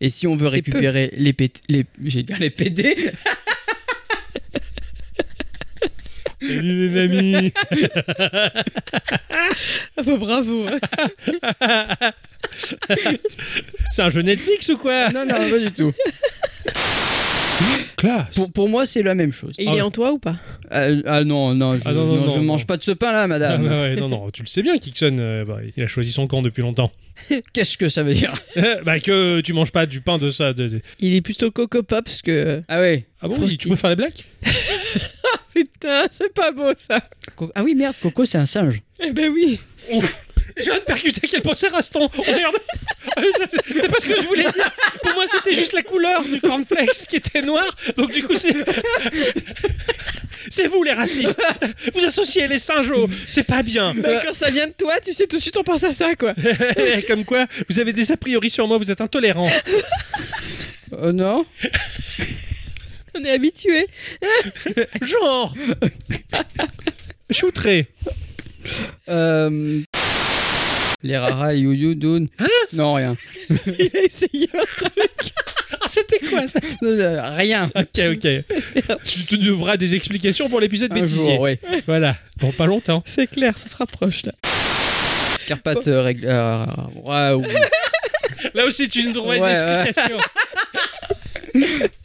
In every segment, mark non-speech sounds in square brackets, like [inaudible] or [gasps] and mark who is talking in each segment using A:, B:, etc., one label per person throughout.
A: Et si on veut
B: C'est
A: récupérer les, pét- les, j'ai dit les PD, [laughs]
C: Salut les amis
B: Ah
A: Oh,
B: bah, bravo. hein.
C: C'est un jeu Netflix ou quoi
A: [laughs] non, non, pas du tout.
C: Classe
A: Pour, pour moi, c'est la même chose.
C: Ah
B: Et il
C: ouais.
B: est en toi ou pas
A: Euh, ah non, non, je,
C: Ah non, non,
A: non, je
C: non,
A: mange
C: non.
A: pas de ce pain-là,
C: Ah,
A: madame.
C: bah ouais, non, non, tu le sais bien, Kixon, euh, bah, il a choisi son camp depuis longtemps. [laughs]
A: Qu'est-ce que ça veut dire
C: bah que tu manges pas du pain de ça. De, de-
B: Il est plutôt coco pop parce que.
A: Ah oui.
C: Ah bon
B: Frosty.
C: Tu peux faire les blagues
B: Putain, c'est pas beau ça.
A: Co- ah oui, merde, Coco, c'est un singe.
B: Eh ben oui.
C: Je viens de percuter Ah, quel pensée Raston Oh merde C'était pas ce que je voulais dire Pour moi, c'était juste la couleur du cornflakes qui était noir, donc du coup, c'est... C'est vous les racistes Vous associez les singes au... C'est pas bien
B: Bah, quand ça vient de toi, tu sais tout de suite on pense à ça quoi.
C: Comme quoi, vous avez des a priori sur moi, vous êtes intolérants.
A: Oh non
B: On est [laughs] habitué.
C: Genre [laughs] Choutré
A: Euh, Les raras, les you doun. non, rien.
B: Il a essayé un truc.
C: Ah, c'était quoi ça
A: Non, [laughs] euh, rien.
C: [laughs] Ok, ok. Tu tu nous feras des explications pour l'épisode
A: Un
C: bêtisier.
A: jour, oui.
C: Voilà. Bon, pas longtemps.
B: C'est clair, ça se rapproche là.
A: Carpate, euh, règle- euh, ouais, oui.
C: Là aussi, tu nous trouveras
A: Ouais,
C: des
A: ouais.
C: explications.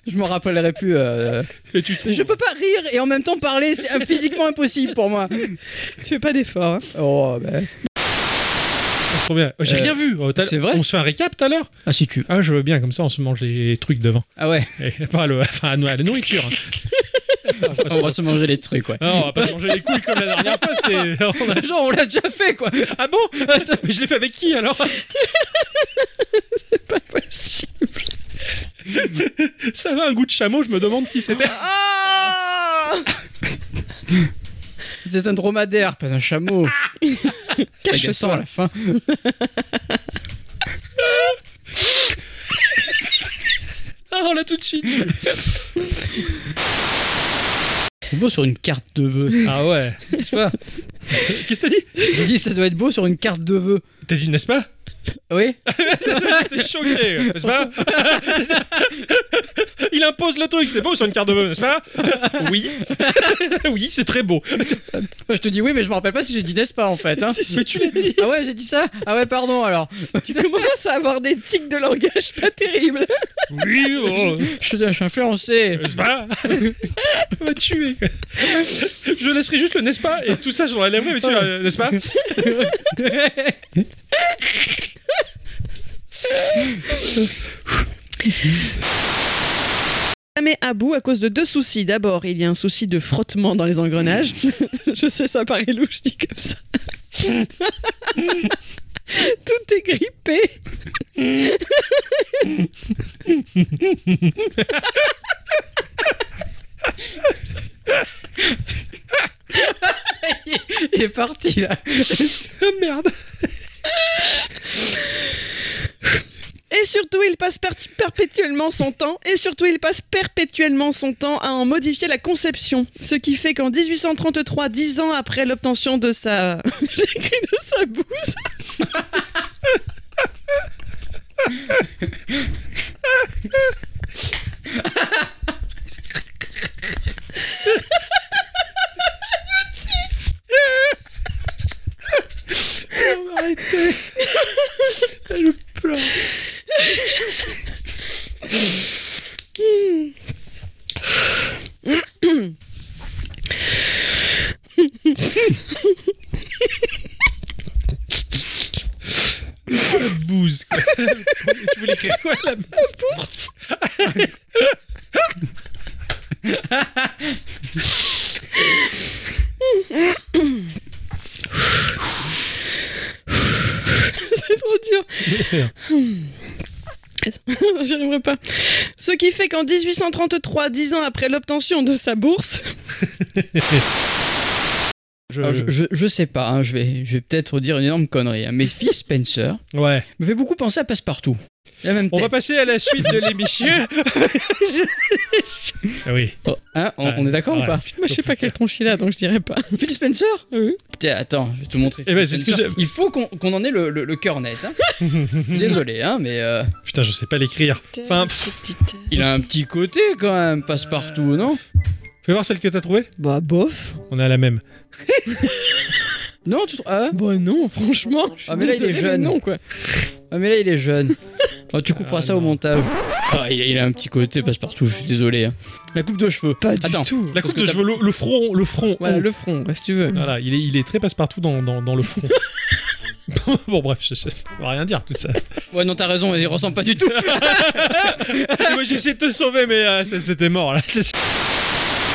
A: Je m'en rappellerai plus. euh.
C: [laughs] Et tu trouves-
A: Je peux pas rire et en même temps parler, c'est euh, physiquement impossible pour moi.
B: Tu fais pas d'effort. hein.
A: Oh, bah.
C: Trop bien. Oh, J'ai
A: Euh,
C: rien vu. Oh, t'as-
A: c'est vrai
C: On se fait un récap tout à l'heure
A: Ah, si tu.
C: Ah, je veux bien, comme ça on se mange les trucs devant.
A: Ah ouais,
C: Et, [laughs] pas le, enfin, la nourriture. hein.
A: [laughs] Ah, on va se manger les trucs, [laughs] ouais.
C: Non, on va pas se manger les couilles comme la dernière fois. c'était- [laughs] Oh, on a-
A: Bah, Genre, on l'a déjà fait, quoi.
C: Ah bon Mais je l'ai fait avec qui alors [laughs]
B: Pas possible.
C: Ça va, un goût de chameau, je me demande qui c'était.
B: Ah
A: C'est un dromadaire, pas un chameau. C'est agaçant à la fin.
C: Ah, on l'a tout de suite.
A: C'est beau sur une carte de vœux, ça,
C: Ah ouais.
A: n'est-ce pas
C: Qu'est-ce que t'as dit
A: Je dis, ça doit être beau sur une carte de vœux.
C: T'as dit, n'est-ce pas
A: Ah Oui
C: J'étais choqué, n'est-ce pas Il impose le truc, c'est beau sur une carte de vœux, n'est-ce pas Oui. [laughs] oui, c'est très beau.
A: Je te dis oui, mais je me rappelle pas si j'ai dit n'est-ce pas, en fait. [laughs] Hein.
C: Mais tu l'as dit.
A: Ah ouais, j'ai dit ça Ah ouais, pardon, alors.
B: Tu commences à avoir des tics de langage pas terribles.
C: Oui, oh.
A: Je, je suis influencé.
C: N'est-ce pas On va te tuer. quoi. Je laisserai juste le n'est-ce pas et tout ça, j'en enlèverai, mais tu vois, euh, n'est-ce pas
B: Jamais à bout à cause de deux soucis. D'abord, il y a un souci de frottement dans les engrenages. [laughs] Je sais, ça paraît louche dit comme [laughs] ça. Tout est grippé.
A: Il est parti, là.
C: Ah merde
B: Et surtout, il passe per- perpétuellement son temps, et surtout, il passe perpétuellement son temps à en modifier la conception. Ce qui fait qu'en 1833, dix ans après l'obtention de sa. [laughs] J'écris de sa bouse.
C: La bouse quoi. Tu voulais écrire quoi la bouse
B: C'est trop dur. [laughs] J'y arriverai pas. Ce qui fait qu'en 1833, dix ans après l'obtention de sa bourse.
C: Je-
A: Alors, Euh, je, je, je sais pas, hein, je vais, je vais peut-être dire une énorme connerie, hein, mais Phil Spencer
C: Ouais.
A: me fait beaucoup penser à Passepartout. La même
C: On va
A: tête.
C: passer à la suite de l'émission. Ah oui.
A: Oh, hein, on,
C: Ouais,
A: on est d'accord
C: ouais.
A: ou pas
B: Moi, je sais pas quelle tronche il a, donc je dirais [laughs] pas.
A: Phil Spencer
B: Oui.
A: Putain, attends, je vais te montrer.
C: Eh ben, c'est ce que j'ai-
A: Il faut qu'on qu'on en ait le, le, le cœur net. [laughs] Hein. Je suis Désolé, hein, mais euh,
C: Putain, je sais pas l'écrire. Enfin, pff,
A: il a un petit côté quand même, passe-partout, non
C: fais voir celle que t'as trouvée.
B: [laughs] Bah, bof.
C: On est à la même.
A: Non, tu trouves ah,
B: Bah, non, franchement. Je suis
A: Ah, mais là, il est
B: désolée, mais
A: jeune.
B: Non, quoi.
A: ah, mais là, il est jeune. Ah, tu couperas
C: Ah,
A: ça au
C: non.
A: montage. Ah, il, a, il a un petit côté passe-partout, je suis désolé. hein. La coupe de cheveux.
B: Pas du
A: Attends.
B: tout.
C: La coupe de cheveux, le, le front, le front.
B: Voilà,
C: Oh.
B: le front, ouais, si tu veux.
C: Voilà, il est, il est très passe-partout dans, dans, dans le front. bon, bref, je, je- on va rien dire tout ça.
A: Ouais, non, t'as raison, il ressemble pas du [laughs] tout.
C: Moi, j'essaie de te sauver, mais euh, ça- c'était mort là. C'est-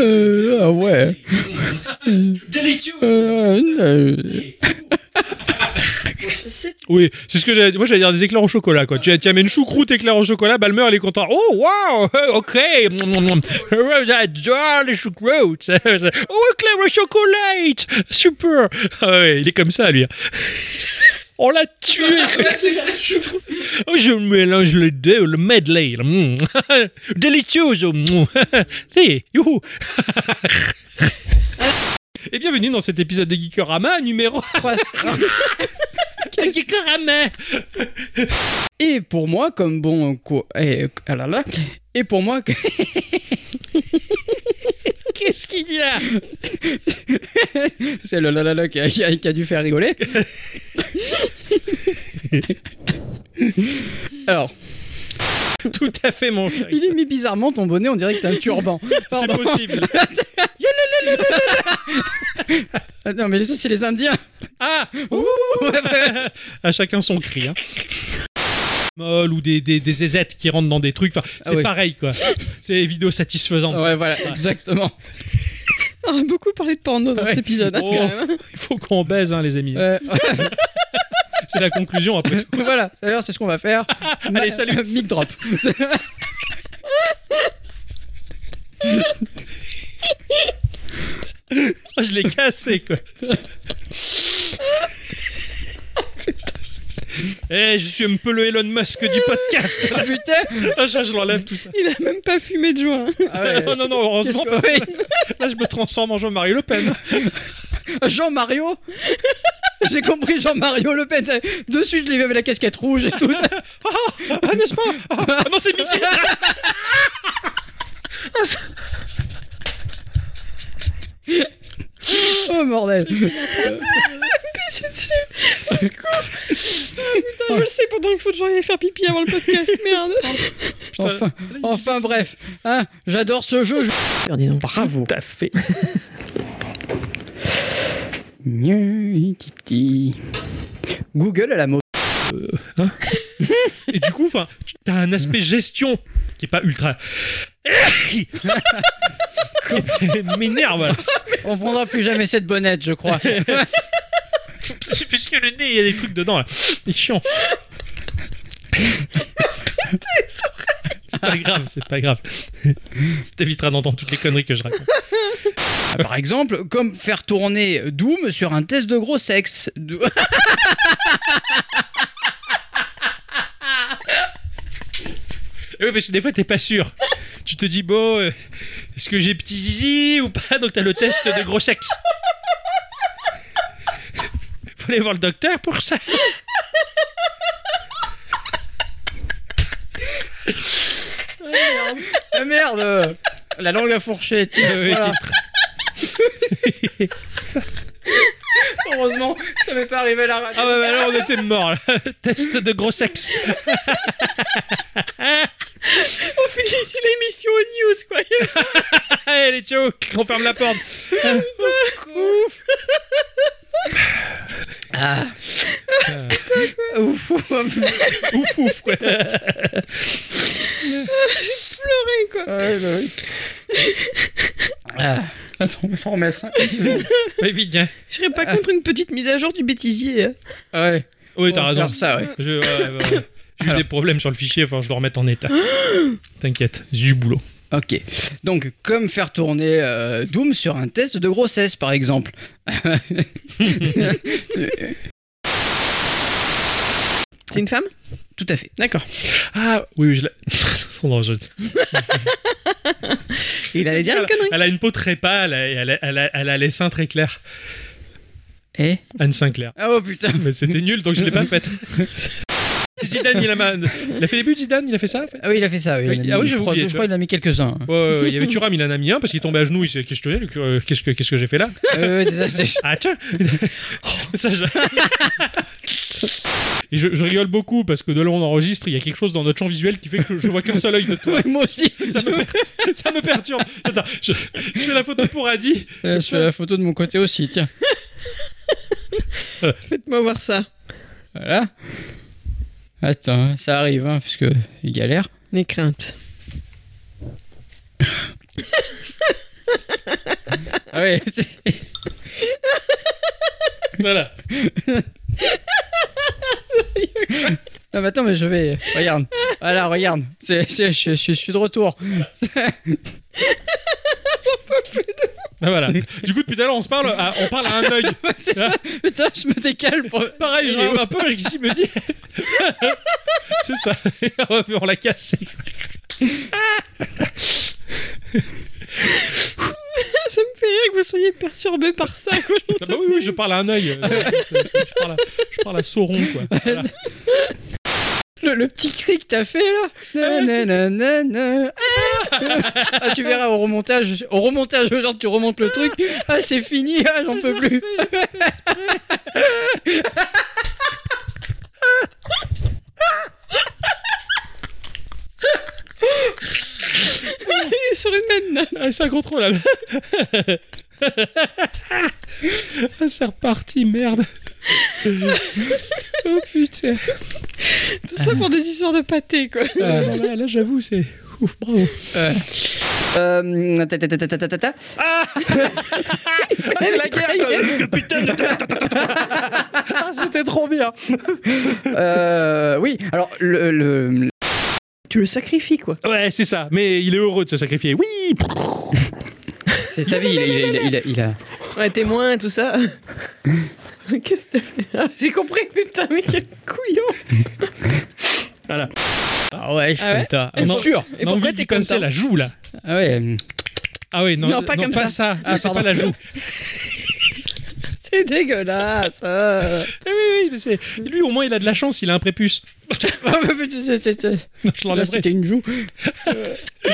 A: Euh, ah ouais. Euh, euh,
C: Oui, c'est ce que j'allais dire. Moi, j'allais dire des éclairs au chocolat, quoi. Tu, tu amènes choucroute, éclairs au chocolat, Balmer, elle est contente. Oh, wow, [laughs] euh, ok. Mouam, mouam, mouam. Euh, J'adore les choucroutes. [laughs] oh, éclairs au chocolat. Super. Ah ouais, il est comme ça, lui. [laughs] On l'a tué. quoi. Oh, je mélange les deux, le medley. là. [laughs] Mm. Delicioso. [laughs] Mm. hey, youhou. [laughs] Et bienvenue dans cet épisode de Geekorama numéro
A: trois-
C: [laughs] Geekorama.
A: Et pour moi, comme bon quoi, eh, ah là là. Et pour moi,
C: Qu'est-ce qu'il y a
A: [laughs] c'est le la la la qui a, qui a- qui a dû faire [laughs] rigoler. Alors,
C: [laughs] Tout à fait, mon cher.
A: il est mis bizarrement ton bonnet, on dirait que t'as un [laughs] turban.
C: C'est
A: Pardon.
C: possible.
A: Ah Non, mais ça, c'est les Indiens.
C: Ah [laughs] À chacun son cri. Hein. Molle ou des, des, des zézettes qui rentrent dans des trucs. Enfin, c'est
A: Ah oui.
C: pareil, quoi. C'est des vidéos satisfaisantes.
A: [laughs] Ouais, voilà, exactement.
B: On a beaucoup parlé de porno dans
A: Ouais.
B: cet épisode. hein,
C: Oh.
B: quand même.
C: Il faut qu'on baise, hein, les amis.
A: Euh, [laughs]
C: C'est la conclusion, après tout.
A: voilà, d'ailleurs, c'est ce qu'on va faire.
C: Allez, salut.
A: [laughs] Mic drop.
C: Oh, je l'ai cassé,
A: [laughs]
C: quoi. Eh, je suis un peu le Elon Musk du podcast.
A: [laughs] Ah putain
C: Ah, je je l'enlève tout ça.
B: Il a même pas fumé de joint.
A: Ah [laughs] ouais.
C: non, non, non, heureusement,
A: Qu'est-ce
C: parce
A: que-
C: que là, je me transforme en Jean-Marie Le Pen.
A: Jean-Mario J'ai compris Jean-Mario Le Pen. De suite, je l'ai vu avec la casquette rouge et tout.
C: Ah, n'est-ce pas Ah non, c'est Mickey
A: Oh bordel
B: Ah, Je le sais, pendant qu'il faut toujours aller faire pipi avant le podcast. [laughs] Merde.
A: Enfin, enfin bref. Hein, J'adore ce jeu. je-
B: Bravo.
C: Tout à fait.
A: [laughs] Google à la mode.
C: Et du coup, enfin, tu- t'as un aspect gestion qui est pas ultra. [laughs] Qui M'énerve là.
A: On prendra plus jamais cette bonnette, je crois.
C: C'est parce que le nez, il y a des trucs dedans là. C'est chiant. C'est pas grave, c'est pas grave. Ça t'évitera d'entendre toutes les conneries que je raconte.
A: Ah, [laughs] Par exemple, comme faire tourner Doom sur un test de gros sexe. Do-
C: Et oui, parce que des fois, t'es pas sûr. Tu te dis, bon, euh, est-ce que j'ai petit zizi ou pas Donc t'as le test de gros sexe. Faut aller voir le docteur pour ça.
A: Ah merde euh, La langue à [laughs] fourcher.
C: Euh,
A: voilà. Heureusement, ça m'est pas arrivé là.
C: Ah bah, bah, là [laughs] on était mort. Test de gros sexe.
B: On finit ici l'émission aux news, quoi.
C: Allez les tchao, on ferme la porte.
A: Ah. [laughs] Ouf, ouf, ouf.
C: Ouf ouf
A: [laughs]
C: quoi.
A: Ah. Attends, on va s'en remettre. hein.
C: Mais vite viens.
B: Je serais pas contre une petite mise à jour du bêtisier. hein.
A: Ah ouais.
C: Oui t'as
A: On va
C: raison.
A: faire ça, ouais.
C: Je, ouais, ouais, ouais. J'ai eu
A: Alors.
C: des problèmes sur le fichier, enfin je le remets en état. [gasps] T'inquiète, j'ai du boulot.
A: Ok. Donc, comme faire tourner euh, Doom sur un test de grossesse, par exemple.
B: C'est une femme
A: Tout à fait.
B: D'accord.
C: Ah oui, oui, je l'ai. [laughs] Non, je-
B: Il allait dire une connerie.
C: Elle a une peau très pâle et elle a, elle a- elle a les seins très clairs.
A: Eh
C: Anne Sinclair.
A: Ah, Oh putain [laughs]
C: Mais c'était nul, donc je l'ai pas faite. Zidane, il a, ma- il a fait les buts, Zidane, il a fait ça en fait
A: Ah oui, il a fait ça. oui, il
C: Oui,
A: en a mis-
C: ah oui,
A: je,
C: j'avais
A: crois,
C: oublié,
A: je
C: tu
A: crois qu'il en a mis [laughs] quelques-uns.
C: Ouais, ouais, ouais, il y avait Thuram, il en a mis un hein, parce qu'il tombait à genoux. Il s'est qu'est-ce que je te dis, Luc Euh, qu'est-ce que qu'est-ce que j'ai fait là
A: Euh, ouais, [laughs] c'est ça, c'est-
C: Ah tiens [laughs] Oh, ça, je... [laughs] Et je, je rigole beaucoup parce que de là où on enregistre, il y a quelque chose dans notre champ visuel qui fait que je vois qu'un seul œil de toi.
A: Ouais, moi aussi
C: Ça me, [laughs] ça me perturbe. Attends, je, je fais la photo pour Adi.
A: [laughs] Euh, Je fais la photo de mon côté aussi, tiens.
B: Faites-moi voir ça.
A: Voilà. Attends, ça arrive, hein, parce que il galère.
B: Les craintes.
A: Ah ouais, [laughs] c'est-
C: Voilà.
A: non, mais attends, mais je vais. Regarde. Voilà, regarde. C'est, c'est- je, je- je suis de retour. [laughs]
C: Ah, voilà. Du coup, depuis tout à l'heure, on se parle, à, on parle à un œil.
A: [laughs] C'est ça. Putain, je me décale pour.
C: Pareil, je
A: Il est
C: regarde un peu, ici me dit. [laughs] C'est ça. [laughs] on l'a cassé.
B: Ça me fait rire que vous soyez perturbé par ça. [laughs] quoi.
C: Ah bah oui, oui, je parle à un œil. Je parle à, je parle à Sauron, quoi. Voilà.
A: Le, le petit cri que t'as fait là Nananana. ah, Ah, tu verras au remontage, au remontage, genre tu remontes le truc. Ah, c'est fini, ah, j'en peux plus.
B: Il est sur une même note.
C: Ah, c'est incontrôlable. Ah, c'est reparti, merde. oh putain.
B: Tout ça pour des histoires de pâté, quoi.
C: Ah.
A: Euh,
C: Alors là, là, j'avoue, c'est. Ouf, bravo.
A: euh, ta, ta, ta, ta, ta, ta, ta, ta. [laughs] Ah,
C: c'est la guerre, Ah, C'était trop bien.
A: Euh, oui, alors le- le,
B: Tu le sacrifies, quoi.
C: Ouais, c'est ça. Mais il est heureux de se sacrifier. Oui.
A: C'est sa vie, il a, il a- il a- il a- il a-
B: Ouais, témoin, tout [laughs] ça. Qu'est-ce que t'as fait Ah, J'ai compris, putain, mais quel couillon
C: Voilà.
A: Ah ouais, je
B: Ah ouais
A: putain.
C: Et pour-
A: sûr
B: Et
C: On a
B: pourquoi
C: envie d'y
B: t'es comme
C: pincer
B: ça
C: la joue là
A: Ah ouais. hum.
C: Ah oui, non,
B: Non, pas comme ça.
C: ça,
A: Ah,
C: c'est pas
A: pardon.
C: la joue.
B: C'est dégueulasse euh.
C: Eh oui, oui, mais c'est- lui au moins il a de la chance, il a un prépuce.
A: Ah, mais putain, c'est- c'est- c'est-
C: Non, je
A: là,
C: l'enlèverai.
A: C'était une joue.
C: Ma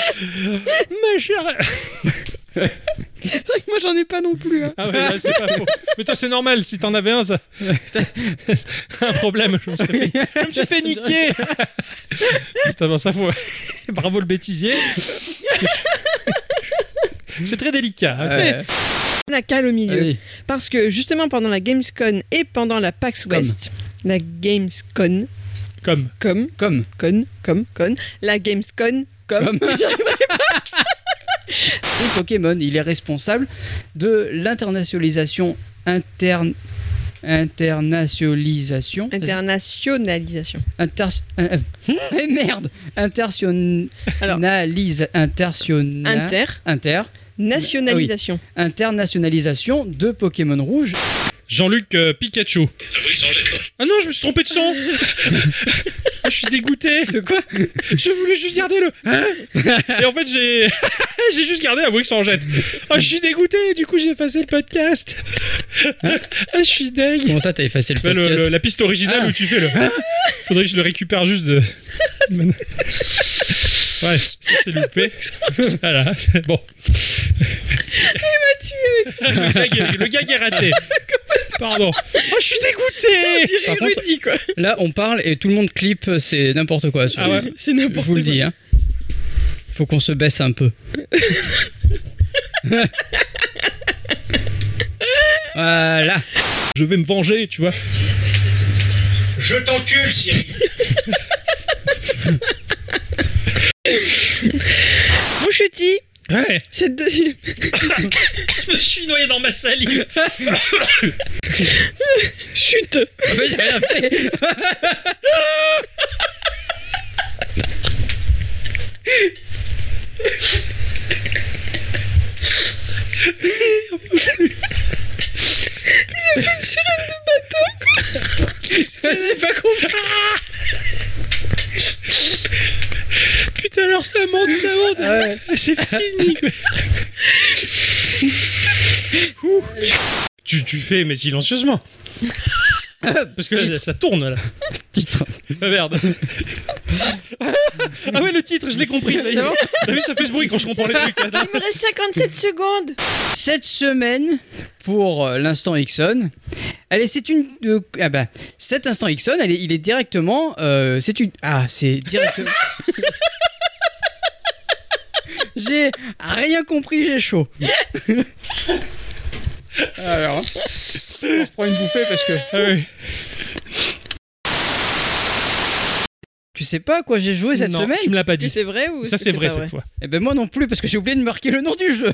C: chère.
B: C'est vrai que moi, j'en ai pas non plus. hein.
C: Ah ouais, là, c'est pas faux. Mais toi c'est normal, si t'en avais un, ça. [laughs] un problème, je me serais fait,
A: [laughs]
C: je me suis fait niquer. [laughs] Putain, bon, ça faut. [laughs] Bravo le bêtisier. C'est très délicat. hein.
A: Ah Ouais. Ah
B: On a cale au milieu.
A: Allez.
B: Parce que justement, pendant la Gamescon et pendant la PAX West, la Gamescon,
C: Comme.
B: comme,
A: Comme.
B: con, comme, con, la Gamescon, comme.
A: Le Pokémon, il est responsable de l'internationalisation interne. Internationalisation.
B: [laughs] Internationalisation.
A: Inter... euh, [laughs] eh, merde Intersion...
B: Alors.
A: Analyse... Intersion... Inter...
B: Internationalisation.
C: Ah
A: Internationalisation de Pokémon Rouge.
C: Jean-Luc euh, Pikachu. Ah non, je me suis trompé de [laughs] son. Ah, je suis dégoûté. De quoi Je voulais juste garder le. Hein Et en fait, j'ai [laughs] j'ai juste gardé avoué que ça en jette. Ah, je suis dégoûté. Du coup, j'ai effacé le podcast. Ah, je suis deg.
A: Comment ça, t'as effacé le
C: Bah, le-
A: podcast
C: le- la piste originale
A: Ah.
C: où tu fais le. Hein Faudrait que je le récupère juste [laughs] de. ouais, ça c'est loupé. Voilà. Bon. Il m'a tué. [laughs] le, gag, le gag est raté. Pardon. Oh, je suis dégoûté.
A: Par contre-
B: quoi.
A: Là, on parle et tout le monde clip, c'est n'importe quoi.
C: Ah ouais.
B: C'est n'importe
A: Je
B: quoi.
A: vous le dis, hein. Faut qu'on se baisse un peu. voilà.
C: Je vais me venger, tu vois.
D: Je t'encule, Cyril.
B: Mon chutis,
C: Ouais. [laughs]
B: cette deuxième.
C: Je suis noyé dans ma salive.
B: Chute
A: j'ai rien fait.
C: alors ça monte, ça monte.
A: Ouais.
C: C'est fini. quoi. Ouh. tu, tu fais, mais silencieusement. Parce que là, ça tourne là.
A: Titre.
C: Ah merde. ah ouais, le titre, je l'ai compris. Ça y est. T'as vu, ça fait ce bruit quand je comprends les trucs. là.
B: Il me reste 57 secondes.
A: Cette semaine, pour euh, l'instant Ixon, allez, c'est une. euh, ah bah, cet instant Ixon, elle est- il est directement. euh, c'est une. Ah, c'est directement. [laughs] j'ai rien compris, j'ai chaud. Alors, on reprend une bouffée parce que.
C: Ah ouais.
A: Tu sais pas à quoi j'ai joué cette
C: Non,
A: semaine
C: tu me l'as pas
B: Est-ce que
C: dit.
B: c'est vrai ou
C: Ça,
B: est-ce que
C: c'est vrai
B: pas
C: cette fois.
A: Eh ben moi non plus, parce que j'ai oublié de marquer le nom du jeu.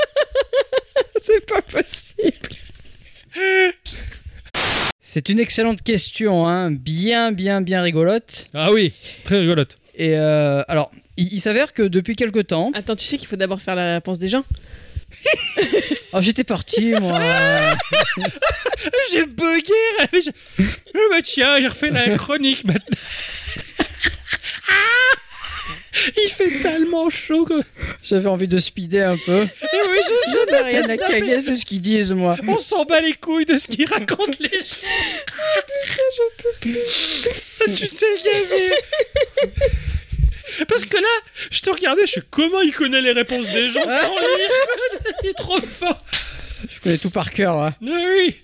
A: [laughs]
B: C'est pas possible.
A: C'est une excellente question, hein, bien, bien, bien rigolote.
C: Ah oui, très rigolote.
A: Et euh, alors, il, il s'avère que depuis quelque temps,
B: Attends, tu sais qu'il faut d'abord faire la réponse des gens.
A: oh, j'étais parti
C: [laughs]
A: moi.
C: J'ai bugué. j'ai- Ah bah tiens, j'ai refait la chronique maintenant. Ah Il fait tellement chaud. Quoi.
A: J'avais envie de speeder un peu.
C: Et oui, je sais.
A: J'en ai rien à caguer de ce qu'ils disent moi.
C: On s'en bat les couilles de ce qu'ils racontent les gens. Ah, tu t'es gavé. Parce que là, je te regardais, je suis comment il connaît les réponses des gens sans les lire. Il est trop fort.
A: Je connais tout par cœur. hein.
C: Ah Oui.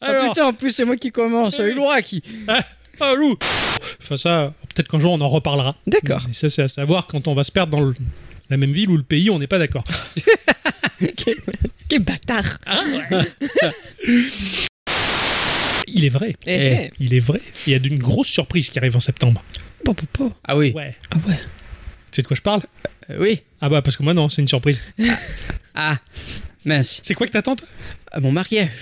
A: Ah
C: Alors,
A: putain, en plus c'est moi qui commence. Il aura qui.
C: ah, loup. Enfin ça, peut-être qu'un jour on en reparlera.
B: D'accord.
C: Mais ça, c'est à savoir quand on va se perdre dans le- la même ville ou le pays, on n'est pas d'accord.
B: Quel bâtard.
C: Il est vrai.
B: Eh,
A: Eh.
B: eh.
C: Il est vrai. Il y a d'une grosse surprise qui arrive en septembre.
B: Po, po, po.
A: Ah oui.
C: Ouais.
B: Ah ouais.
C: Tu sais de quoi je parle
A: Euh, oui.
C: Ah bah parce que moi non, c'est une surprise.
A: Ah mince.
C: C'est quoi que t'attends toi
A: Ah, mon mariage.
C: [laughs]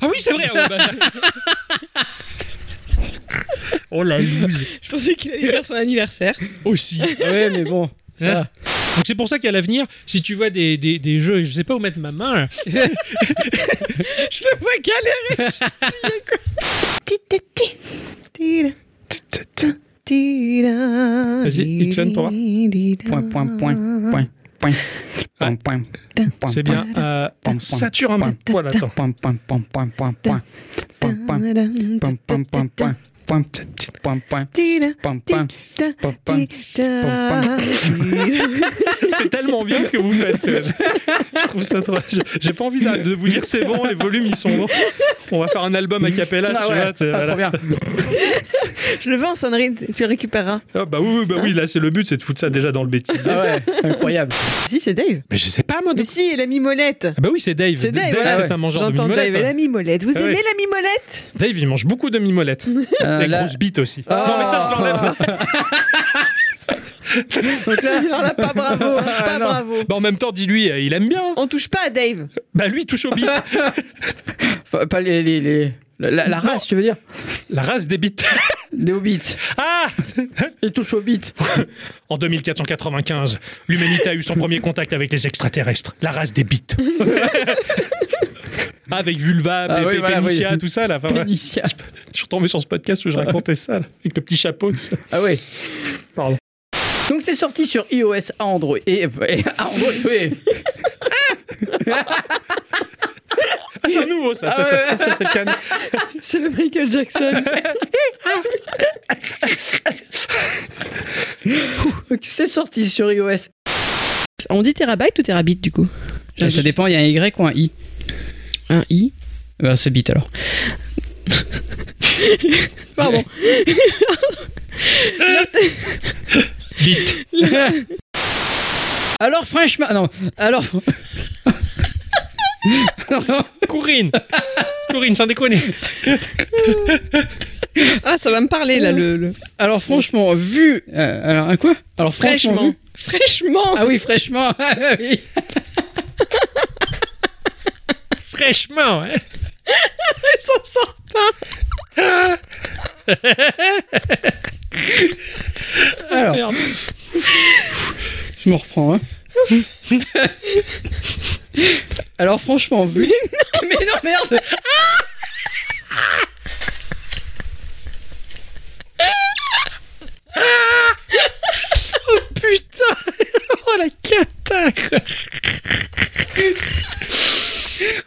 C: Ah oui, c'est vrai. ah oui, bah, ça- [laughs] oh la loose.
B: Je pensais qu'il allait faire son anniversaire.
C: Aussi.
A: Ah oui, mais bon.
C: Ah,
A: ça.
C: Donc c'est pour ça qu'à l'avenir, si tu vois des, des, des jeux, je sais pas où mettre ma main. hein.
A: [laughs]
C: là.
B: Je le vois galérer.
C: Vas-y, Ixon, pour moi.
A: Point point point point point. Point point. point,
C: C'est
A: point,
C: bien. Euh,
A: pom,
C: sature un petit poil, attends.
A: Point point point point point point. Point point. Point point point point. Point point point. Point point. Point point.
C: C'est tellement bien ce que vous faites. que Je je trouve ça trop. je- J'ai pas envie d'a- de vous dire c'est bon, les volumes ils sont bons. On va faire un album a cappella,
A: Ah
C: tu
A: ouais,
C: vois. c'est-
A: ah, trop
C: voilà.
A: bien.
B: Je le veux en sonnerie, tu le récupéreras.
C: Ah bah oui, oui, bah oui, là c'est le but, c'est de foutre ça déjà dans le bêtise.
A: Ah ouais, [laughs] incroyable.
B: Si, c'est Dave.
C: Mais je sais pas moi. de-
B: Mais si, elle a mis molette.
C: Ah bah oui, c'est Dave.
B: C'est Dave,
C: Dave,
B: voilà,
C: c'est
A: ouais.
C: un mangeur de
B: J'entends Dave,
C: mimolettes.
B: elle a mis molette. Vous
C: Ah
B: aimez
C: oui.
B: la mimolette
C: [laughs] Dave, il mange beaucoup de mimolettes.
A: Euh,
C: Des
A: là-
C: grosses bites aussi.
A: Ah.
C: Non mais ça, je l'enlève.
B: [laughs] Non, là, pas
C: [laughs]
B: bravo. hein, Pas
A: non.
B: bravo.
C: Bah en même temps, dis-lui, euh, il aime bien.
B: On touche pas à Dave.
C: Bah lui, touche
A: [laughs]
C: aux bites.
A: Pas- Oh, Pas les. les, les- La, la- la race, tu veux dire
C: La race des bites. [laughs]
A: Des hobbits. Ah
C: Ah
A: Ils touchent hobbits.
C: En 2495, l'humanité a eu son premier contact avec les extraterrestres, la race des
A: [laughs]
C: bites. avec vulva,
A: Ah
C: pé-
A: oui,
C: pé-
A: voilà,
C: Pénicia,
A: oui. Ah
C: tout ça là. Enfin, ouais.
A: Pénitia.
C: Je suis retombé sur ce podcast où je racontais ça, là, avec le petit chapeau. tout ça.
A: Ah ouais.
C: Pardon.
A: Donc c'est sorti sur iOS à Android. Et, et à Android, oui.
C: Ah, c'est nouveau ça, ça,
A: Ah
C: ça,
A: ouais.
C: ça, ça, c'est canon.
B: C'est le Michael Jackson.
A: Donc, C'est sorti sur iOS.
B: [laughs] On dit terabyte ou terabit du coup
A: Ah, Ça dépend, il y a un Y ou un I.
B: Un i.
A: Ben, c'est bit alors.
B: Pardon.
C: Bite.
A: [laughs] Alors franchement, non. Alors. [laughs] Non.
C: Corinne
A: [laughs]
C: Corinne, sans déconner.
B: Ah, ça va me parler là, le. le-
A: alors franchement, vu. euh, alors un quoi Alors franchement.
B: Fraîchement.
A: vu-
B: Fraîchement. [laughs]
A: Ah oui, fraîchement. [laughs] Ah oui.
C: Fraîchement, hein.
B: Elle s'en sort pas.
A: Alors,
C: Merde.
A: [laughs] je me reprends. hein. [laughs] alors franchement, vu. [laughs] Mais non, merde. Ah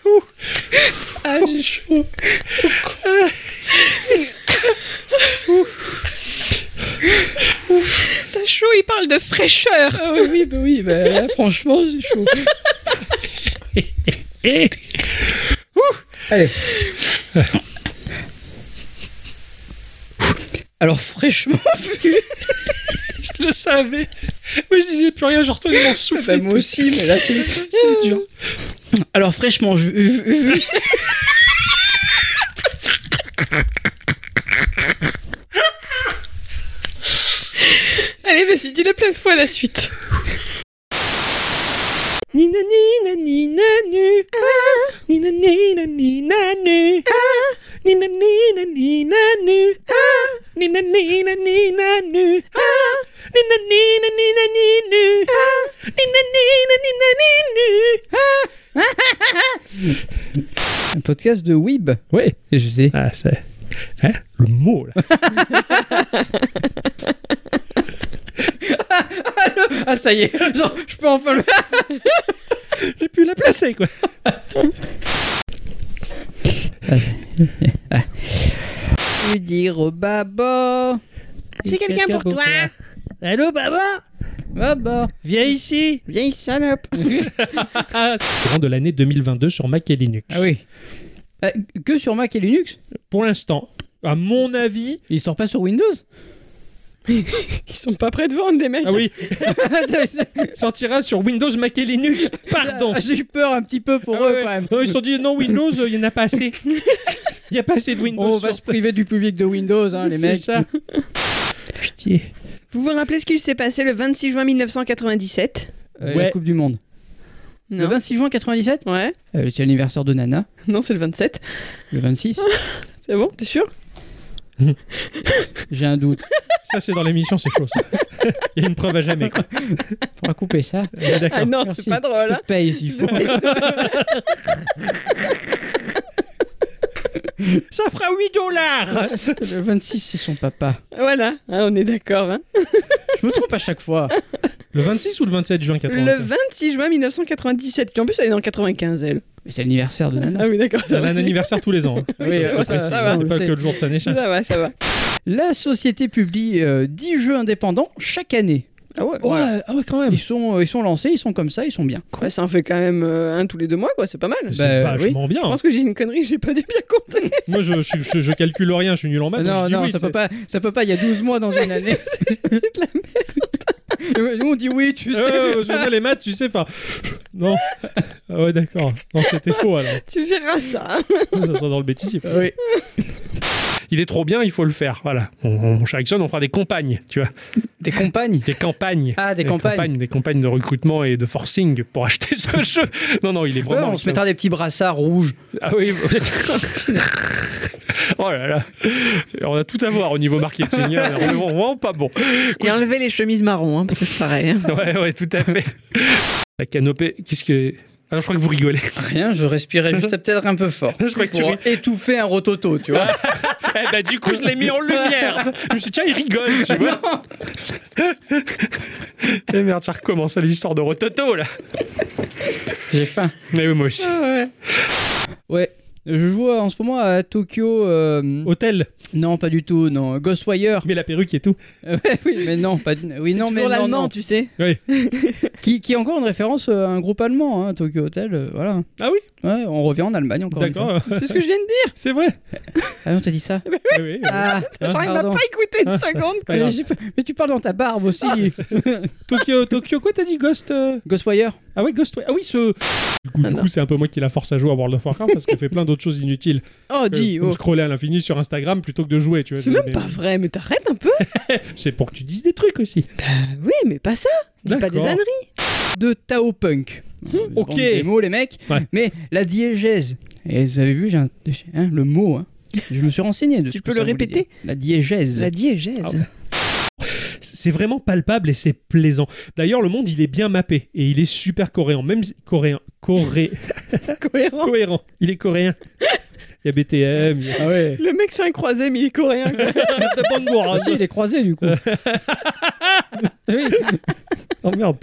A: Oh, [laughs] Ah,
B: T'as chaud, il parle de fraîcheur.
A: Ah oui, oui, bah oui, bah là, franchement, c'est chaud.
C: Eh,
A: Allez. Alors, [laughs] fraîchement,
C: je le savais. Moi, je disais plus rien, je retenais mon souffle.
A: bah, moi aussi, mais là, c'est c'est dur. Alors, fraîchement, je. vu- vu-
B: Allez, vas-y, dis-le plein de fois à la suite. Nina nina nina nu ah. Nina nina nina nu ah. Nina nina nina nu ah. Nina nina nina nu ah. Nina nina nina nina nu ah. Nina nina nina nina nu ah.
A: Un podcast de Weeb.
C: Ouais.
A: Et je sais.
C: Ah, c'est. Hein Le mot, là.
A: Ah, ça y est, [laughs] genre, je peux enfin le.
C: J'ai pu la placer, quoi.
A: Je dire au oh, baba.
B: C'est quelqu'un pour toi.
C: Allô, Baba
A: Baba,
C: Viens ici
A: vieille [laughs] salope.
C: Courant de l'année 2022 sur Mac et Linux.
A: Ah oui. Euh, que sur Mac et Linux
C: Pour l'instant, à mon avis.
A: Il sort pas sur Windows
B: Ils sont pas prêts de vendre les mecs.
C: Ah [laughs] oui,
A: [laughs] [laughs] Ah,
C: sortira sur Windows, Mac et Linux. Pardon
A: J'ai eu peur un petit peu pour
C: Ah
A: eux
C: ouais.
A: quand même.
C: Non, ils se sont dit non, Windows, euh, il n'y en a pas [laughs] assez. Il n'y a pas assez de Windows.
A: On va
C: sur-
A: se priver du public de Windows, hein, les
C: C'est
A: mecs.
C: ça. Putain.
B: Vous vous rappelez ce qu'il s'est passé le 26 juin 1997
A: Euh, La
C: Ouais.
A: Coupe du Monde. Le
B: Non.
A: 26 juin 97
B: Ouais.
A: euh, C'est l'anniversaire de Nana,
B: Non, c'est le 27.
A: le [laughs] 26.
B: C'est bon, t'es sûr
A: J'ai un doute.
C: Ça, c'est dans l'émission, c'est [laughs] chaud. ça. Il y a une preuve à jamais. Quoi.
A: Faudra couper ça.
C: On est d'accord.
B: Ah non,
A: Merci.
B: c'est pas drôle.
A: Je
B: hein.
A: te paye s'il faut.
C: Ça fera 8 dollars
A: Le 26, c'est son papa.
B: Voilà, hein, on est d'accord. hein.
A: Je me trompe à chaque fois.
C: Le 26 ou le 27 juin
B: Le
C: 95
B: 26 juin 1997. Puis en plus, elle est dans 95, elle.
A: Mais c'est l'anniversaire de Nana.
B: Ah oui, d'accord, ça
C: Ça a
B: va.
C: un anniversaire tous les ans. hein. Je
A: Oui,
C: te
A: euh, ça,
C: précise,
A: ça
C: hein,
A: va, on
C: c'est
A: le
C: pas
A: sait.
C: que le jour de sa naissance.
B: Ça va, ça va.
A: La société publie euh, 10 jeux indépendants chaque année.
B: Ah ouais,
A: Voilà.
C: quand même.
A: Ils sont, euh, ils sont lancés, ils sont comme ça, ils sont bien.
B: Ouais, Bah, ça en fait quand même euh, un tous les deux mois, quoi. C'est pas mal.
C: C'est
A: Bah,
C: vachement bien.
B: Je pense que j'ai une connerie, j'ai pas dû bien compter. [laughs]
C: Moi, je, je, je- je calcule rien, je suis nul en maths. donc
A: non,
C: je dis
A: non,
C: oui,
A: ça
C: tu sais.
A: peut pas, ça peut pas. Il y a 12 mois dans une
B: [laughs]
A: année. Nous on dit oui, tu sais.
C: Euh, je veux dire, les maths, tu sais, enfin. Non. Ah ouais, d'accord. Non, c'était faux alors.
B: tu verras ça. hein.
C: Ça sera dans le bêtisier.
A: [laughs] Oui.
C: Il est trop bien, il faut le faire. Voilà. On, on- chez Ericsson, on fera des compagnes, tu vois.
A: Des compagnes.
C: Des campagnes.
A: Ah, des campagnes.
C: Des campagnes de recrutement et de forcing pour acheter ce jeu. Non, non, il est
A: Ouais,
C: vraiment.
A: on se mettra des petits brassards rouges.
C: Ah oui. [laughs] oh là là. On a tout à voir au niveau marketing. hein. On est vraiment pas bon.
B: Et enlever les chemises marron, hein, parce que c'est pareil. hein.
C: Ouais, ouais, tout à fait. La canopée, qu'est-ce que. Ah, non, je crois que vous rigolez.
A: Rien, je respirais juste peut-être un peu fort.
C: [laughs] Je crois que tu
A: Pour
C: ris.
A: étouffer un rototo, tu vois.
C: Eh ben, du coup, je l'ai mis en lumière. [laughs] Je me suis dit, tiens, il rigole, tu vois. Eh merde, ça recommence à l'histoire de Rototo, là.
A: J'ai faim.
C: Mais oui, moi aussi.
A: Ouais. Je joue euh, en ce moment à Tokyo. euh,
C: Hôtel,
A: Non, pas du tout. Non, Ghostwire. [laughs]
C: mais la perruque et tout.
A: Euh, oui, mais non, pas. du- Oui,
B: C'est
A: non, mais non,
B: toujours l'allemand,
A: non.
B: tu sais.
A: Qui, qui est encore une référence euh, à un groupe allemand, hein, Tokyo Hotel. euh, voilà.
C: Ah oui
A: Ouais, on revient en Allemagne encore. une
C: D'accord, euh,
B: C'est ce que je viens de dire.
C: [laughs] c'est vrai.
A: fois. Ah, on t'a dit ça.
C: Eh oui, euh, [laughs]
A: Ah,
B: J'arrive à
A: pardon.
B: pas écouter une
C: Ah, ça-
B: seconde.
C: pas Ah. grave.
A: Mais, j'ai pas- mais tu parles dans ta barbe aussi.
C: Tokyo, Tokyo, quoi t'as dit Ghost euh
A: Ghostwire.
C: Ah ouais, Ghost, ouais. Ah oui, ce. Du coup,
B: Ah
C: du
B: non.
C: coup, c'est un peu moi qui la force à jouer à World of Warcraft parce qu'elle fait plein d'autres choses inutiles.
B: Oh,
C: Euh,
B: [laughs] dis,
C: comme
B: oh.
C: scroller à l'infini sur Instagram plutôt que de jouer, tu vois.
B: C'est
C: Mais-
B: même pas vrai, mais t'arrêtes un peu.
C: C'est pour que tu dises des trucs aussi.
B: Oui, mais pas ça. Dis pas des
C: D'accord.
B: âneries.
A: De Tao Punk. Euh,
C: Hum, ok.
A: bande des mots, les mecs.
C: Ouais.
A: Mais la diégèse. Et vous avez vu, j'ai un- j'ai- hein, le mot. hein. Je me suis renseigné de ce
B: Tu
A: que
B: peux
A: ça
B: le
A: voulait
B: répéter
A: dire. La diégèse.
B: La diégèse.
C: Ah c'est vraiment palpable et c'est plaisant. D'ailleurs, le monde, il est bien mappé et il est super coréen, même si- coréen,
B: [laughs]
C: coré,
B: Cohérent.
C: cohérent. Il est coréen. Il y a BTM, il y a
A: Ah ouais.
B: Le mec, c'est un croisé, mais il est coréen. quoi.
C: de [laughs] Euh,
A: Ah si, il est croisé du coup. oui.
C: Ah Oh merde.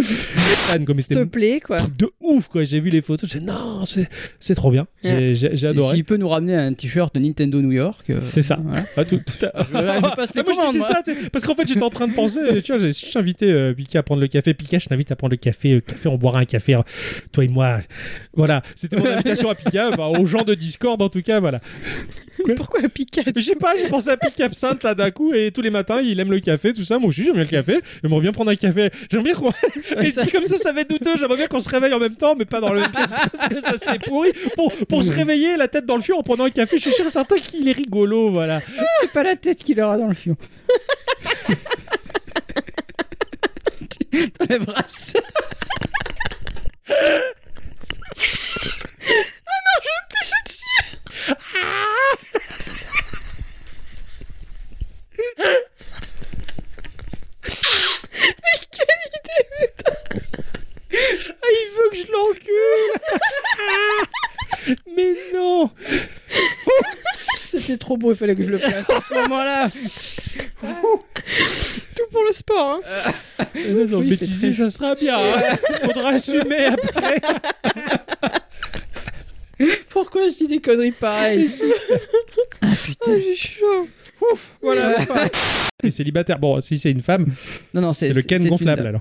C: Fan, comme
B: S'il
C: c'était
B: te
C: un
B: plaît, quoi.
C: truc de ouf, quoi. J'ai vu les photos, j'ai dit, non, c'est c'est trop bien. J'ai- J'ai j'ai
A: S'il
C: adoré.
A: peut nous ramener un t-shirt de Nintendo New York. euh,
C: C'est ça.
A: voilà.
C: Ah, tout, tout à-
A: bah, Je- je passe les
C: Ah, moi, je
A: commandes,
C: disais
A: moi.
C: ça, tu sais, parce qu'en fait, j'étais en train de penser, euh, tu vois, j'ai- si je t'invitais, euh, Pika, à prendre le café, Pika, je t'invite à prendre le café, euh, café, on boira un café, hein, toi et moi. Voilà, c'était mon invitation à Pika, enfin, aux gens de Discord, en tout cas, voilà.
B: Pourquoi Pika
C: Je sais pas, j'ai pensé à Pika Absinthe, là, d'un coup, et tous les matins, il aime le café, tout ça. Moi aussi, j'aime bien le café, j'aimerais bien prendre un café. J'aime bien qu'on... Mais
A: ça-
C: c'est comme ça, ça va être douteux, j'aimerais bien qu'on se réveille en même temps, mais pas dans le même pièce, parce que ça serait pourri. Pour, pour se réveiller, la tête dans le fion, en prenant un café, je suis sûr et certain qu'il est rigolo, voilà.
A: C'est pas la tête qu'il aura dans le fion. [laughs] dans les brasses.
C: Ah, il veut que je l'encule Mais non
A: C'était trop beau, il fallait que je le place à [laughs] ce moment-là.
B: Tout pour le sport, hein.
C: Ils ont
A: Oui,
C: bêtisé, ça sera bien. [laughs] hein. Faudra assumer après.
A: Pourquoi je dis des conneries [laughs] pareilles Ah,
B: Oh, j'ai chaud.
C: Ouf, voilà. enfin. Et célibataire. Bon, si c'est une femme,
A: Non, non,
C: c'est le Ken
A: une
C: gonflable
A: dame.
C: alors.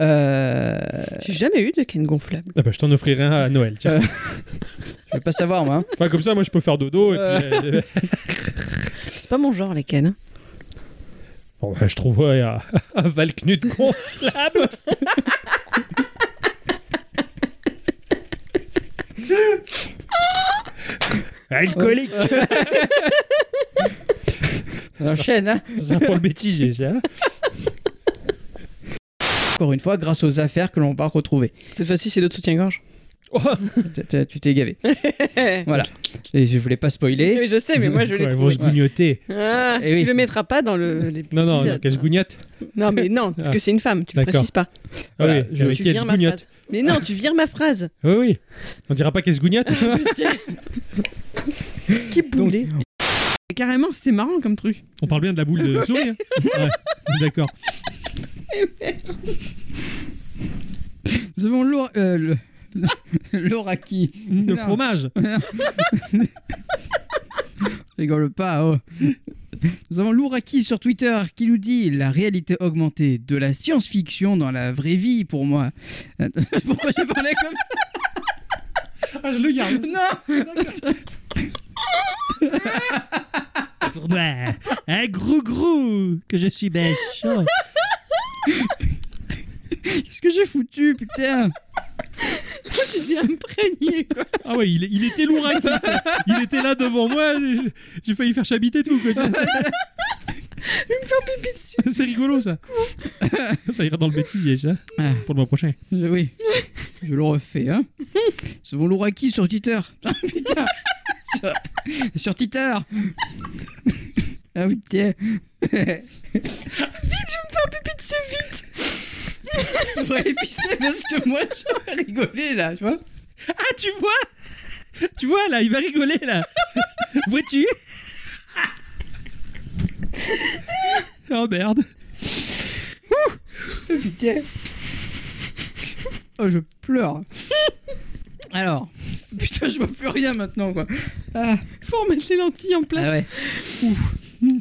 A: Euh,
B: [laughs] J'ai jamais eu de Ken gonflable.
C: Ah bah, je t'en offrirai un à Noël. Tiens.
A: Euh. je veux pas savoir, moi. hein.
C: Enfin, comme ça, moi, je peux faire dodo. Et puis, euh,
B: C'est pas mon genre, les Ken. hein.
C: bon, bah, je trouverai un, [laughs] un Valknut gonflable. Alcoolique.
A: On enchaîne, hein.
C: [laughs] C'est pour le bêtisier, ça. hein.
A: Encore une fois, grâce aux affaires que l'on va retrouver.
B: Cette fois-ci, c'est d'autres [laughs] soutiens-gorge.
A: Tu- tu- Tu t'es gavé.
B: Eh
A: Voilà. Et je voulais pas spoiler. [laughs]
B: oui, je sais, mais moi, je l'ai
C: Ouais, Ils vont
B: trouvé.
C: se gouignoter.
B: Ah,
A: Eh oui.
B: Tu le mettras pas dans le. les-
C: Non, non,
B: l'épisode.
C: qu'elle se gougnote.
B: Non, mais non,
C: Ah.
B: que c'est une femme, tu le
C: D'accord.
B: précises pas.
C: Ah
A: Voilà,
C: oui,
A: je-
C: avec
B: Tu
C: qui elle
B: vires
C: se
B: ma
C: gougnote.
B: phrase. Mais non, tu vires ma
C: [laughs]
B: phrase. Ah,
C: Oui, oui. On dira pas qu'elle se gougnote
B: Qui boulet. Carrément, c'était marrant comme truc.
C: [laughs] On parle bien de la boule de souris. hein [laughs] Ouais, D'accord.
A: Nous avons Laura, euh, le- [laughs] Laura qui
C: Le
A: Non.
C: fromage.
A: Rigole pas,
B: [laughs]
A: oh. Nous avons Louraki sur Twitter qui nous dit la réalité augmentée de la science-fiction dans la vraie vie pour moi. [laughs] Euh, Pourquoi j'ai parlé comme
C: Ah, je le garde.
A: Non
C: [laughs] Pour moi, un gros gros que je suis méchant.
A: Qu'est-ce que j'ai foutu, putain
B: Tu t'es imprégné, quoi.
C: Ah ouais, il, il était lourd. hein, quoi. Il était là devant moi. j'ai- J'ai failli faire chabiter tout. Quoi. C'est rigolo ça. Ça ira dans le bêtisier ça.
A: Ah.
C: Pour le mois prochain.
A: Je- Oui, je le refais,
B: [laughs]
A: hein. Nous avons Louraki sur Twitter. [laughs] Ah, putain sur... sur
B: [laughs]
A: Twitter Ah putain
B: Pépite, c'est vite.
A: Je devrais épicer parce que moi je rigolé là, tu vois
C: Ah, tu vois Tu vois là, il va rigoler là. Vois-tu Oh merde.
A: Putain. Oh, je pleure. Alors, putain, je vois plus rien maintenant, quoi. Ah,
B: Faut remettre les lentilles en place.
A: ah ouais. Ouf.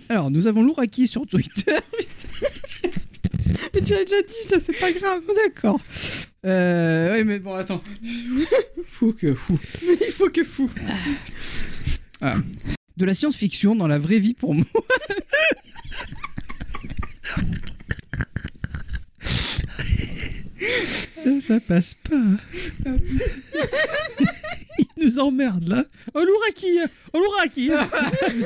A: Alors, nous avons Louraki sur Twitter. [laughs]
B: Mais tu l'as déjà dit, ça, c'est pas grave.
A: D'accord. Euh, oui, mais bon, attends. Fou que fou.
B: [laughs] Il faut que fou.
A: De la science-fiction dans la vraie vie pour moi.
C: Ça passe pas. Il nous emmerde là. Oh l'ouraki Oh l'ouraki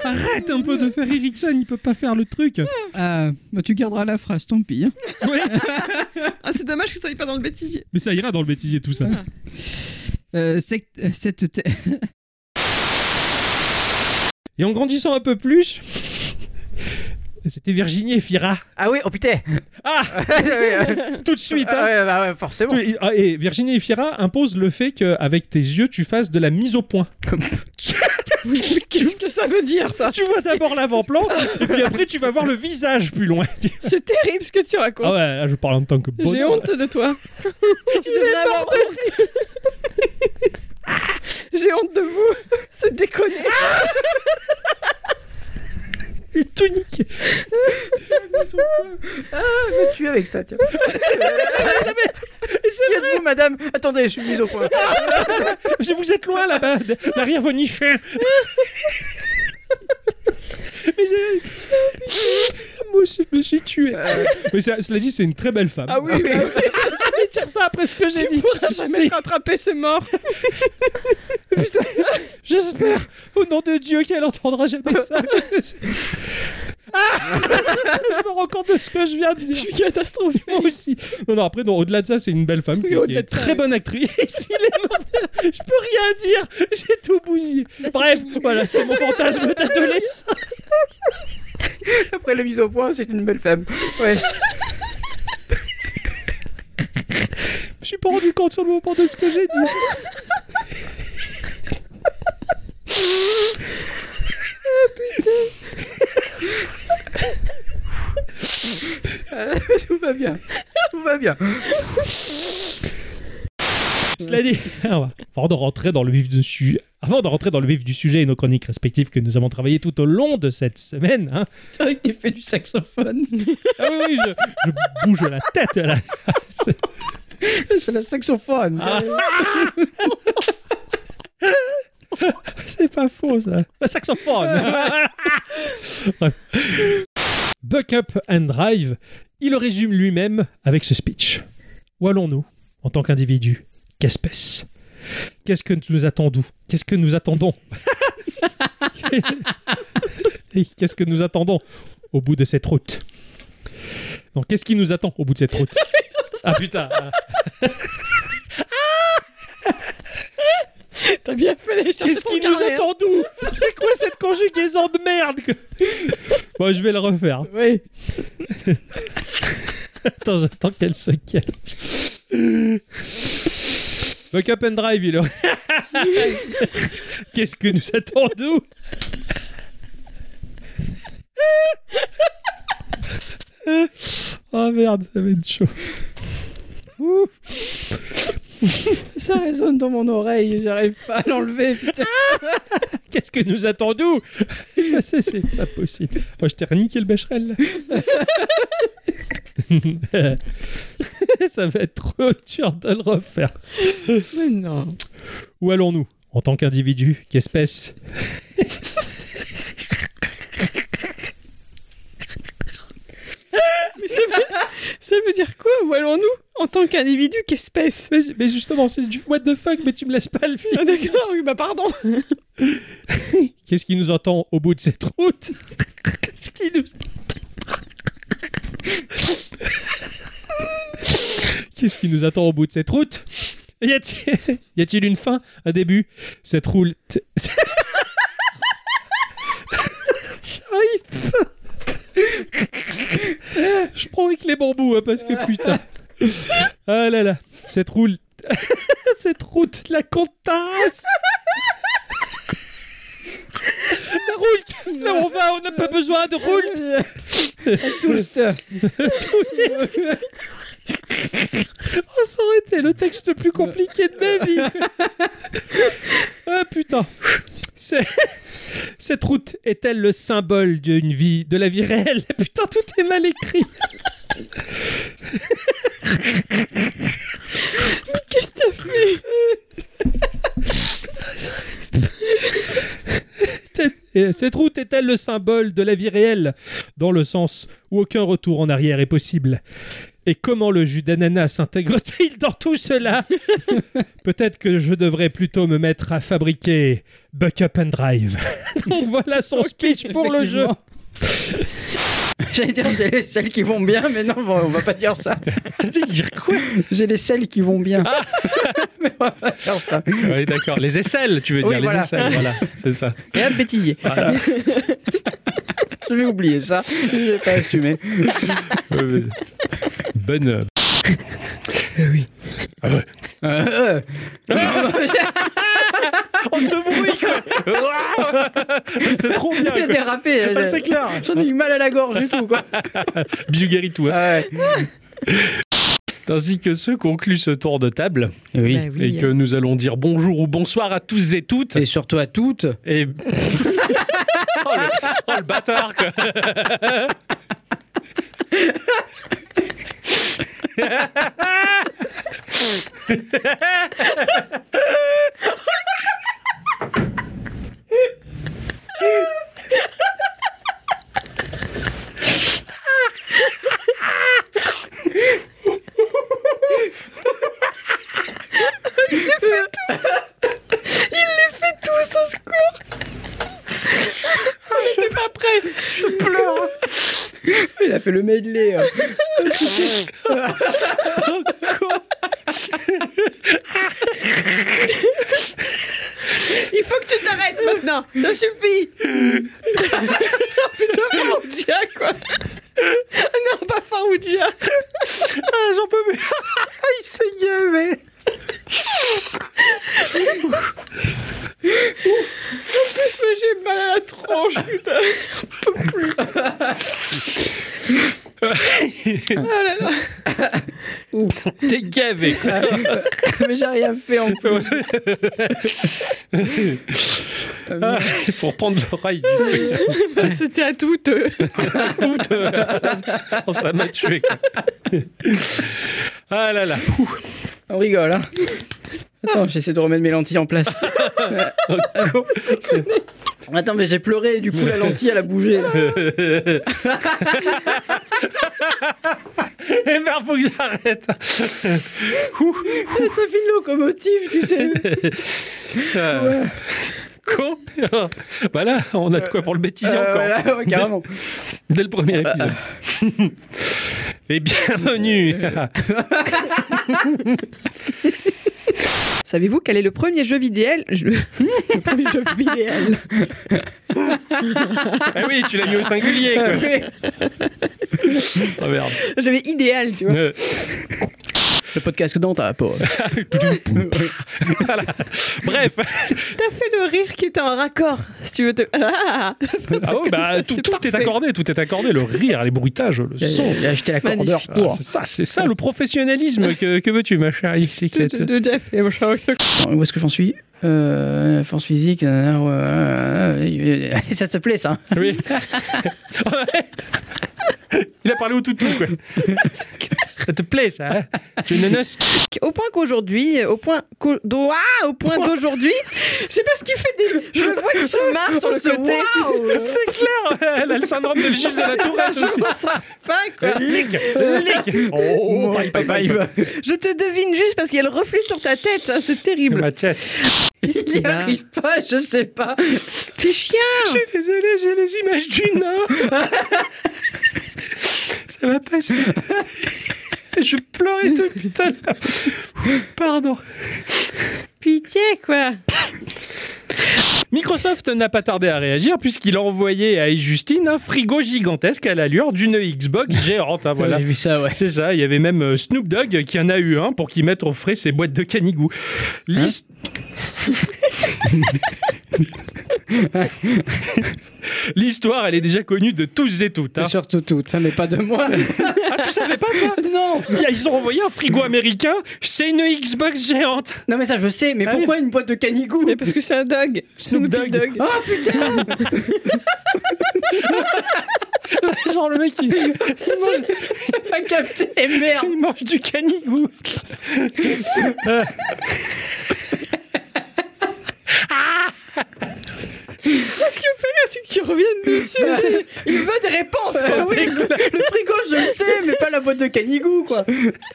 C: Arrête un peu de faire Ericsson, il peut pas faire le truc.
A: Ah, bah, tu garderas la phrase, tant pis. hein.
B: Ah, c'est dommage que ça aille pas dans le bêtisier.
C: Mais ça ira dans le bêtisier tout ça.
A: Euh, sect- euh, cette. te-
C: Et en grandissant un peu plus. C'était Virginie Efira.
E: Ah oui, oh putain
C: Ah
E: [laughs] Ah ouais,
C: Tout de suite hein.
E: ouais, bah ouais, forcément.
C: Tout- ah, Et Virginie Efira impose le fait qu'avec tes yeux, tu fasses de la mise au point.
B: [laughs] Qu'est-ce que ça veut dire, ça
C: [laughs] Tu vois d'abord l'avant-plan, et puis après tu vas voir le visage plus loin.
B: C'est terrible ce que tu racontes.
C: Ah ouais, là je parle en tant que bon.
B: J'ai honte de
E: [laughs]
B: toi. tu devrais avoir honte. J'ai honte [laughs] de vous. C'est déconné.
C: Il est tout niqué.
E: Ah, me tuer avec ça, tiens. Qui êtes-vous, madame Attendez, je suis mise au point.
C: Parce que Vous êtes loin là-bas, d- derrière vos niches. Mais j'ai- Moi aussi, je me suis tué.
E: Euh.
C: Mais ça- cela dit, c'est une très belle femme.
B: Ah oui,
E: bah
B: oui.
C: mais dire ça après ce que j'ai
B: tu
C: dit.
B: pourras jamais
C: C'est-
B: te rattraper, c'est mort.
C: Putain, j'espère, au nom de Dieu, qu'elle entendra jamais
B: [laughs]
C: ça. Ah je me rends compte de ce que je viens de
B: Je
C: dire.
B: suis catastrophique.
C: Moi aussi. Non, non, après, non, au-delà de ça, c'est une belle femme qui,
B: Oui, au-delà
C: qui est
B: de ça,
C: très
B: oui.
C: bonne actrice. [laughs] Il est mortel. Je peux rien dire. J'ai tout bousillé. Bref, voilà, c'était mon fantasme d'adolescent.
E: [laughs] Après la mise au point, c'est une belle femme. [laughs] Ouais.
C: Je suis pas rendu compte sur le moment de ce que j'ai dit.
E: Tout va bien. Tout va bien.
C: [laughs] Cela dit, on va- avant de rentrer dans le vif du sujet. Avant de rentrer dans le vif du sujet et nos chroniques respectives que nous avons travaillées tout au long de cette semaine, hein.
A: C'est vrai que tu fais du saxophone.
C: ah oui, oui, je, je bouge la tête là.
A: C'est la saxophone.
C: Ah. C'est pas faux, ça. Le saxophone. [laughs] Bref. Buck up and drive. Il le résume lui-même avec ce speech. Où allons-nous en tant qu'individu Qu'espèce Qu'est-ce que nous attendons Qu'est-ce que nous attendons Et Qu'est-ce que nous attendons au bout de cette route Donc, qu'est-ce qui nous attend au bout de cette route Ah putain ah.
B: T'as bien fait les
C: Qu'est-ce qui nous attend d'où C'est quoi cette conjugaison de merde que- Bon, je vais le refaire.
A: Oui.
C: [laughs] Attends, j'attends qu'elle se calme. Buck up and drive, il aurait- [laughs] Qu'est-ce que nous [laughs] attend d'où Oh merde, ça va être chaud.
A: Ouh. Ça résonne dans mon oreille, j'arrive pas à l'enlever. putain.
C: Qu'est-ce que nous attend d'où [laughs] Ça, c'est- c'est pas possible. Oh, je t'ai reniqué le bécherel, là. [laughs] ça va être trop dur de le refaire.
B: hein.
A: Mais non.
C: Où allons-nous En tant qu'individu, qu'espèce
B: Mais ça veut, ça veut dire quoi Où allons-nous En tant qu'individu, qu'espèce
C: mais, mais justement, c'est du what the fuck, mais tu me laisses pas le fil.
B: Ah, D'accord, oui, bah pardon.
C: Qu'est-ce qui nous attend au bout de cette route Qu'est-ce qui nous Qu'est-ce qui nous attend au bout de cette route Y a-t-il y a-t-il une fin, un début Cette route. [laughs] J'arrive pas. Je prends avec les bambous hein, parce que putain. Ah là là, cette route. [laughs] Cette route, la comptasse La route Là où on va, on n'a pas besoin de route [laughs]
A: Tout. euh,
C: Oh, ça aurait été le texte le plus compliqué de ma vie. [laughs] ah putain. C'est- Cette route est-elle le symbole d'une vie, de la vie réelle [laughs] Putain, tout est mal écrit.
B: Qu'est-ce que t'as fait
C: Et Cette route est-elle le symbole de la vie réelle dans le sens où aucun retour en arrière est possible Et comment le jus d'ananas s'intègre-t-il dans tout
F: [laughs]
C: cela Peut-être que je devrais plutôt me mettre à fabriquer Buck Up and Drive. [laughs] Donc voilà son speech pour le jeu.
A: effectivement. J'allais dire, j'ai les selles qui vont bien, mais non, on va, on va pas dire ça. J'ai les selles qui vont bien.
C: Ah.
A: mais on va pas dire ça.
F: Oui, d'accord. Les aisselles, tu veux
A: Oui,
F: dire.
A: voilà.
F: Les aisselles, voilà. C'est ça.
A: Et un bêtisier. [laughs] Je vais oublier ça. Je vais pas assumer.
F: Ouais, vas-y. Bonne. euh,
A: Euh, euh.
C: Oh,
A: [laughs]
F: [laughs] On se bruit, quoi.
C: [laughs] C'était trop bien.
A: Il a
C: quoi.
A: dérapé.
C: Ah,
A: euh,
C: c'est clair.
A: J'en ai eu mal à la gorge du tout, quoi.
C: Bisous Garitou. hein.
A: Ah ouais.
C: [laughs] Ainsi que ce conclut ce tour de table
A: Oui.
B: Bah
E: euh,
B: oui.
C: et que nous allons dire bonjour ou bonsoir à tous et toutes.
A: Et surtout à toutes.
C: Et... [laughs] oh, le... oh, le bâtard quoi.
B: Ah
A: Il a fait le medley. euh.
B: Il faut que tu t'arrêtes maintenant. Ça
A: [laughs]
B: suffit. Non, Putain, Faroudia, quoi. Non, pas Faroudia.
C: Ah, j'en peux plus. Il s'est gavé.
B: Plus, moi, j'ai mal à la tronche, [laughs] putain. J'en peux plus. [laughs] Oh là là.
C: T'es
B: [laughs]
C: gavé.
B: Ah
A: Mais j'ai rien fait en plus.
C: Ah, Il faut reprendre l'oreille du truc.
B: Ah, C'était à toutes. euh.
C: Tout, euh, oh, ça m'a tué. quoi. Ah là
B: [laughs]
C: là. Ouh.
A: On rigole, hein. Attends, j'essaie de remettre mes lentilles en [laughs] place.
C: C'est-
A: Attends, mais j'ai pleuré et du coup la lentille elle a bougé. là.
C: Eh merde, Eh ben, faut que j'arrête. Ouh.
A: Ça fait une locomotive, tu sais.
C: Euh, con. Bah là, on a de quoi pour le bêtisier
A: Euh,
C: encore.
A: voilà, ouais, carrément.
C: Dès le premier épisode. euh. Et [laughs] bienvenue.
B: Savez-vous quel est le premier jeu vidéo je- Le premier jeu [laughs] vidéo
C: ah oui, tu l'as mis au singulier.
B: Ah
C: Quoi. Oh merde.
B: J'avais idéal, tu vois.
C: Euh,
A: Le podcast dans ta peau.
C: bref.
B: T'as fait le rire qui était en raccord, si tu veux te... Ah
C: Ah oui, bah, tout,
B: C'est
C: tout est
B: parfait.
C: accordé, tout est accordé. Le rire, les bruitages, le son.
A: J'ai acheté l'accordeur
C: Ah,
A: pour.
C: c'est ça, c'est ça le professionnalisme que, que veux-tu, ma chère bicyclette
B: de, de Jeff et machin.
A: Où est-ce que j'en suis Euh, Force physique. euh, ouais, euh, [laughs] ça te plaît ça
C: Oui. Il a parlé au toutou, [laughs] quoi. ça te plaît, ça hein Tu es une noce
B: Au point qu'aujourd'hui, euh, au point qu'au- d'au- ah, au point
A: [laughs]
B: d'aujourd'hui, c'est parce qu'il fait des. Je le vois qu'il se marre sur ce côté. [laughs]
C: C'est clair [laughs] Elle a le syndrome de Gilles de la [laughs] Tourette aussi.
B: Je sais pas quoi.
C: Lick [laughs] Lick Oh, bye, bye, bye.
B: Je te devine juste parce qu'il y a le reflet sur ta tête, ça, c'est terrible.
C: Ma tête.
B: Qu'est-ce qu'il a
A: pas, je sais pas.
B: C'est chien.
C: Je suis désolé, j'ai les images du Nord. [laughs] Ça va passer. Je pleure et tout, putain. Pardon.
B: Pitié quoi.
C: Microsoft n'a pas tardé à réagir puisqu'il a envoyé à Justine un frigo gigantesque à l'allure d'une Xbox géante. hein, voilà.
A: J'ai vu ça, ouais.
C: C'est ça, il y avait même euh, Snoop Dogg qui en a eu un pour qu'il mette au frais ses boîtes de canigou. L'his- L'histoire, elle est déjà connue de tous et toutes. hein.
A: Et surtout toutes, ça mais pas de moi.
C: Ah, tu savais pas ça
A: [laughs] non.
C: Ils ont envoyé un frigo américain, c'est une Xbox géante.
A: Non mais ça je sais, mais
C: Ah oui.
A: pourquoi une boîte de canigou
B: Mais parce que c'est un dog.
C: Snoop Dogg.
A: Oh putain
C: Genre le mec, il,
A: J'ai pas capté Et merde
C: il mange du canigou. Euh.
B: Ce qui me fait rire, c'est que tu reviennes dessus. Il veut des réponses. quoi.
A: oui, le, le frigo je le sais, mais pas la boîte de canigou quoi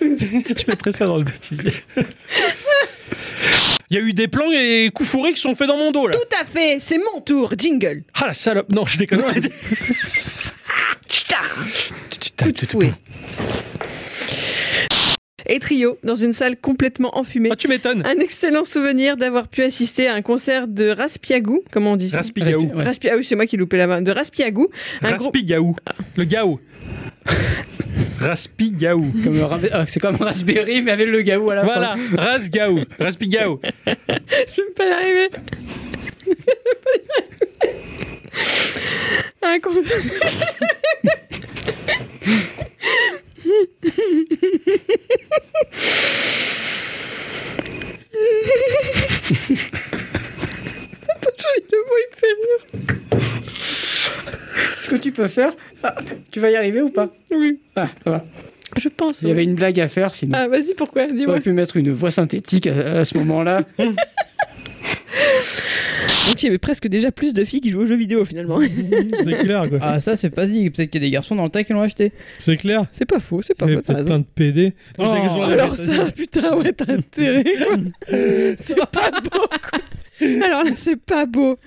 C: Je mettrai ça dans le bêtisier. Il y a eu des plans et coups fourrés qui sont faits dans mon dos là.
B: Tout à fait. C'est mon tour. Jingle.
C: Ah la salope, non, je déconne.
B: Putain.
C: Putain,
B: Coup de fouet. Et trio, dans une salle complètement enfumée.
C: Ah, tu m'étonnes.
B: Un excellent souvenir d'avoir pu assister à un concert de Raspiagou, comment on dit ça
C: Raspigaou.
G: Euh,
A: Ouais.
B: Raspi- ah oui, c'est moi qui loupais la main. De Raspiagou. Un groupe-
C: Raspigaou. Le gaou. Raspigaou.
A: [laughs] Comme le rab- ah, C'est comme Raspberry, mais avec le gaou à la
C: Voilà,
A: fin.
C: Rasgaou. Raspigaou.
B: Je vais pas y arriver. un con-
A: Ce que tu peux faire. Ah, tu vas y arriver ou pas
B: Oui,
A: Ah, ça va.
B: je pense.
A: Il y
B: oui.
A: avait une blague à faire, sinon.
B: Ah, vas-y, pourquoi Dis-moi.
A: J'aurais pu mettre une voix synthétique à, à ce
H: [laughs]
A: moment-là.
B: Donc, il y avait presque déjà plus de filles qui jouent aux jeux vidéo finalement. [laughs]
C: C'est clair, quoi.
A: Ah, ça, c'est pas dit. Peut-être qu'il y a des garçons dans le tas qui l'ont acheté.
C: C'est clair.
B: C'est pas faux, c'est pas
C: Il y
B: faux.
C: a
B: t'as
C: peut-être
B: raison.
C: plein de PD. Je
A: Oh,
C: dégage la
B: Alors
C: tête.
B: ça, putain, ouais, t'as intérêt. quoi. C'est pas beau. quoi. Alors là, c'est pas beau.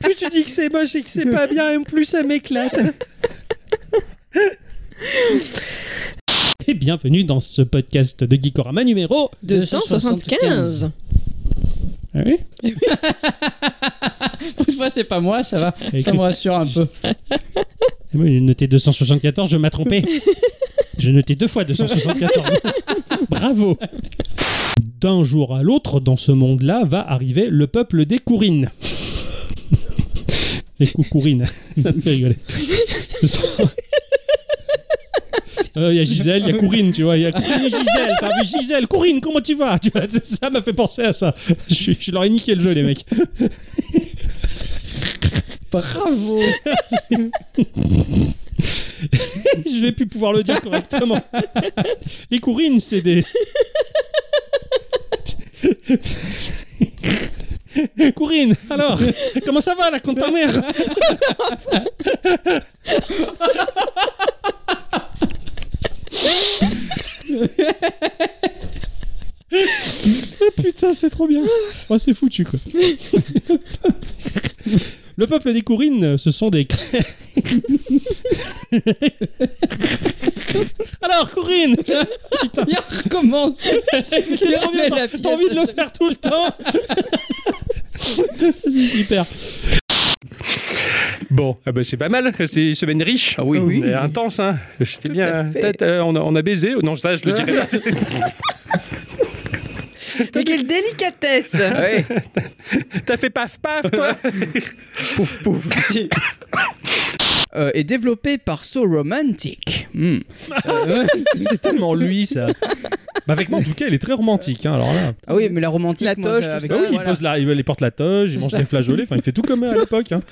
G: Plus tu dis que c'est moche et que c'est pas bien, et plus ça m'éclate. Et bienvenue dans ce podcast de Geekorama numéro
B: 275.
C: Ah oui
A: [laughs] Une fois, c'est pas moi, ça va.
C: Avec
A: Ça me rassure un peu.
C: Ah oui, J'ai noté 274, je m'ai trompé. J'ai noté deux fois 274. Bravo. D'un jour à l'autre, dans ce monde-là, va arriver le peuple des courines. Les coucourines, ça me fait rigoler. Ce sont- Euh, Il y a Gisèle, il y a Courine, tu vois. Il y a Courine et Gisèle. T'as vu Gisèle, Courine, comment tu vas tu vois, c'est- Ça m'a fait penser à ça. Je, je leur ai niqué le jeu, les mecs.
A: Bravo [laughs]
C: je vais plus pouvoir le dire correctement. Les courines, c'est des. Courine, alors, comment ça va la compte ta mère Ah, Putain, c'est trop bien. Oh, c'est foutu quoi. Le peuple des courines, ce sont des cré- Alors, Corinne
A: Il
C: [laughs]
A: recommence
C: C'est trop bien,
A: remet
C: t'as-
A: la
C: t'as
A: pièce
C: envie de
A: à
C: le faire tout le temps [laughs] C'est super
H: Bon, ah bah, c'est pas mal, c'est une semaine riche. Ah
A: oui. Oui.
H: intense, hein. C'était
A: à
H: bien.
A: fait.
H: Peut-être, euh, on, a, on a baisé. Non, ça, je le dirai pas.
B: [laughs] Mais quelle délicatesse
A: Ouais.
H: [laughs] T'as fait paf paf, toi
A: [laughs] pouf pouf. Si. Euh, et développé par So Romantic. Hmm. Euh,
C: C'est tellement lui, ça bah avec moi, en tout cas, elle est très romantique. hein, alors là,
A: ah oui, mais la romantique,
B: La
A: moi,
B: toge,
A: ça,
B: tout
A: avec
B: ça,
C: Ah oui, il,
A: voilà.
C: pose la, il porte la toge, il
A: C'est
C: mange
A: ça.
C: des flageolets. Enfin, il fait tout comme à l'époque. hein.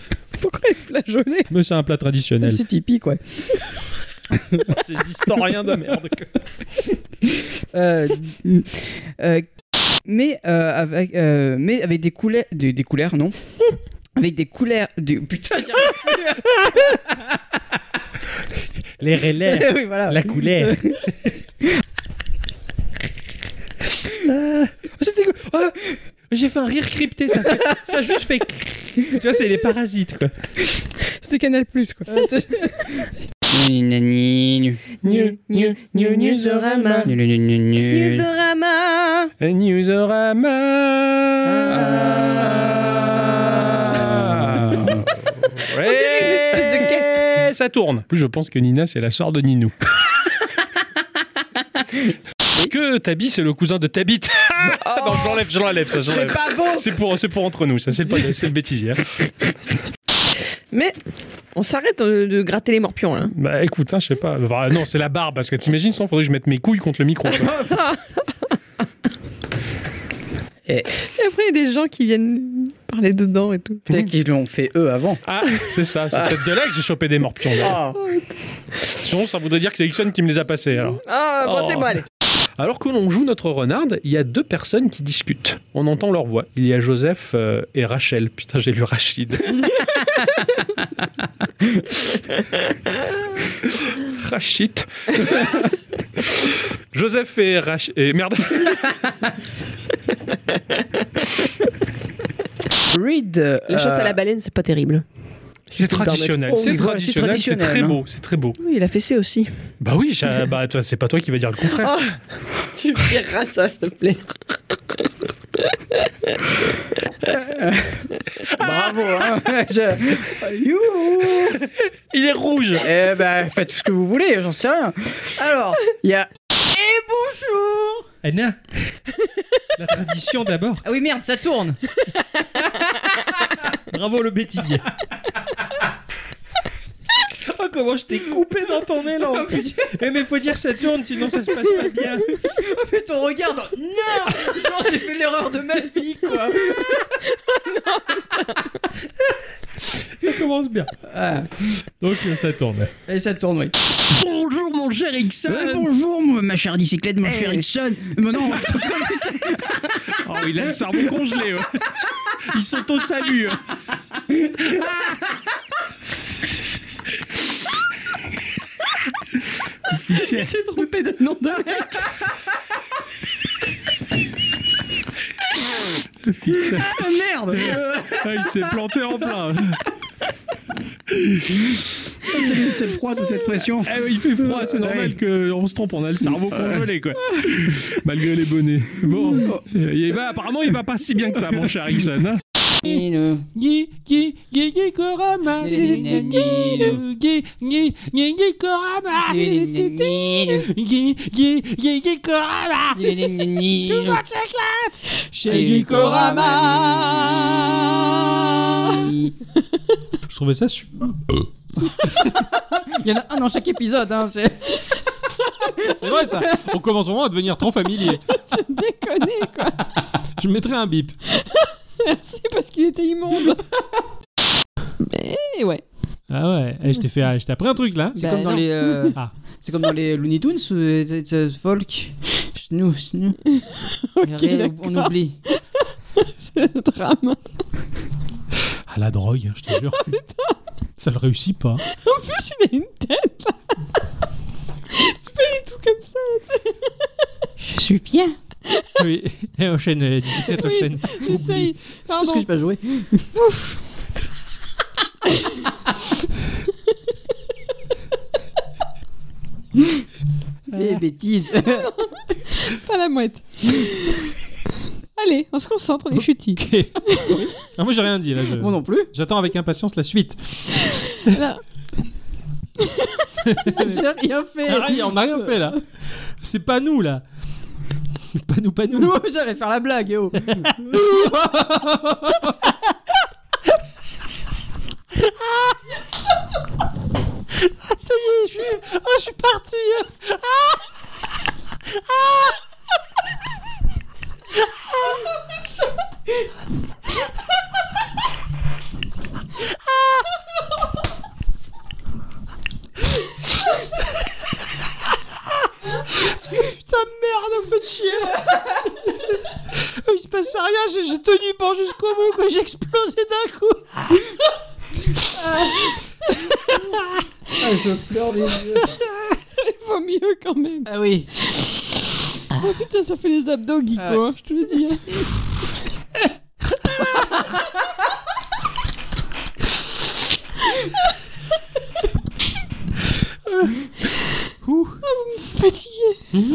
B: Pourquoi les flageolets
C: Mais c'est un plat traditionnel.
A: C'est typique, ouais.
C: Ces historiens de merde.
A: Euh, euh, mais, euh, avec, euh, mais avec des couleurs. Des, des couleurs, non Avec des couleurs. des- Putain, j'y arrive
C: Les relais,
H: Eh,
A: pas. oui, voilà.
C: la couleur.
H: C'était quoi Ah, J'ai fait un rire crypté, ça, fait- ça a juste fait. Tu vois, c'est les parasites, quoi.
B: C'était Canal Plus quoi. [laughs] New, new, new, newsorama. Newsorama. Ah.
H: Newsorama Ouais,
B: espèce de
H: Ça tourne. En plus, je pense que Nina, c'est la sœur de
B: [laughs]
H: Ninou. Est-ce que Tabi, c'est le cousin de Tabit [laughs] Ah, Non, je l'enlève, je l'enlève, ça, je
B: Oh. C'est
H: l'enlève.
B: pas bon.
H: C'est pour, c'est pour entre nous, ça, c'est le, pod- c'est le bêtisier. hein.
B: Mais on s'arrête euh, de gratter les morpions là.
H: Bah écoute, hein, je sais pas. Enfin, non, c'est la barre, parce que t'imagines, sinon, faudrait que je mette mes couilles contre le micro.
B: [laughs] Et après, il y a des gens qui viennent parler dedans et tout.
A: Peut-être qu'ils l'ont fait eux avant.
H: Ah, c'est ça, c'est peut-être de là que j'ai chopé des morpions.
B: Ah.
H: là. Sinon, ça voudrait dire que c'est Ixon qui me les a passés, alors.
B: Ah, bon,
H: Oh.
B: c'est bon, allez.
H: Alors que l'on joue notre renarde, il y a deux personnes qui discutent. On entend leur voix. Il y a Joseph euh, et Rachel. Putain, j'ai lu [laughs] Rachid. Rachid. [laughs] Joseph et Rachid. Et merde.
A: Reed. euh,
I: La chasse à la baleine, c'est pas terrible.
H: C'est traditionnel. C'est
A: Oh, voilà, c'est
H: traditionnel. C'est
A: traditionnel,
H: très
A: hein.
H: beau. C'est très beau.
I: Oui, la fessée aussi.
H: Bah oui, j'ai- bah, toi, c'est pas toi qui vas dire le contraire.
B: Tu verras ça, s'il te plaît.
A: Bravo. hein. [laughs] Je- Youhou.
H: Il est rouge.
A: Eh ben, faites ce que vous voulez, j'en sais rien. Alors, il y a.
C: Anna, la tradition d'abord.
A: Ah oui, merde, ça tourne.
H: [laughs]
C: Bravo le bêtisier.
H: Oh,
C: comment je t'ai coupé dans ton
A: Oh,
C: élan. Eh, mais faut dire que ça tourne, sinon ça se passe pas bien.
A: Fais ton regard dans- Non Genre, j'ai fait l'erreur de ma vie, quoi
J: [laughs] Ça commence bien.
A: Ah,
J: Donc euh, ça tourne.
A: Et ça tourne, oui.
K: Bonjour mon cher Ixon
H: Euh, bonjour, ma chère bicyclette,
A: Eh.
H: mon cher Ixon. Mais non,
K: Oh il a le cerveau congelé ouais. [laughs] Ils sont au salut hein. Putain.
L: Il s'est trompé de nom de mec.
K: Putain.
H: merde
K: Ah, il s'est planté en plein.
H: C'est le, c'est le froid, toute cette pression.
K: Ah ouais, il fait froid, c'est normal qu'on se trompe, on a le cerveau congelé quoi. Malgré les bonnets. Bon, euh, il va, apparemment il va pas si bien que ça mon cher Ixon. hein.
J: Je trouvais ça super.
A: [laughs] Il y en a un dans chaque épisode, hein, c'est...
J: C'est vrai ça. On commence vraiment à devenir trop
M: [laughs]
J: familier.
M: Déconner, quoi.
J: Je mettrai un bip.
M: C'est parce qu'il était immonde. Mais ouais.
J: Ah ouais. Eh, je t'ai fait, ah, je t'ai appris un truc là.
A: C'est
M: Bah,
A: comme dans
M: non.
A: les...
M: [laughs]
A: euh,
J: Ah.
A: C'est comme dans les Looney Tunes, euh, it's- it's a folk. Snou, snou.
M: [laughs] Ok,
A: Rien, on
M: d'accord.
A: oublie.
M: C'est un drame.
J: Ah la drogue, je
M: [laughs]
J: te jure. Ça le réussit pas.
M: En plus, il a une tête, là. Tu fais les tout comme ça.
A: Je suis bien.
J: Oui. Et enchaîne, euh, bicyclette,
M: Oui,
J: enchaîne.
M: J'essaye.
A: Parce
M: Pardon.
A: que j'ai pas
M: [laughs]
A: joué. Les
M: [laughs]
A: bêtises.
M: Pas la mouette. Allez, on se concentre, on est chutis.
J: Ok. Ah, moi j'ai rien dit là. je-
A: Moi non plus.
J: J'attends avec impatience la suite.
M: Là,
A: J'ai rien fait.
J: Ah, rien, on n'a rien fait là. C'est pas nous là. Pas nous, pas
A: [laughs]
J: nous.
A: Non, j'allais faire la blague, yo.
J: Ça y est, je suis, oh, je suis parti. Putain merde, vous faites chier. Il se passait rien, j'ai- j'ai tenu bon jusqu'au bout, quoi, j'ai explosé d'un coup.
M: il vaut mieux quand même.
A: Ah oui.
M: Oh putain, ça fait les abdos, Guico,
A: Ah
M: hein, je te le dis. hein. Ah, vous me fatiguez.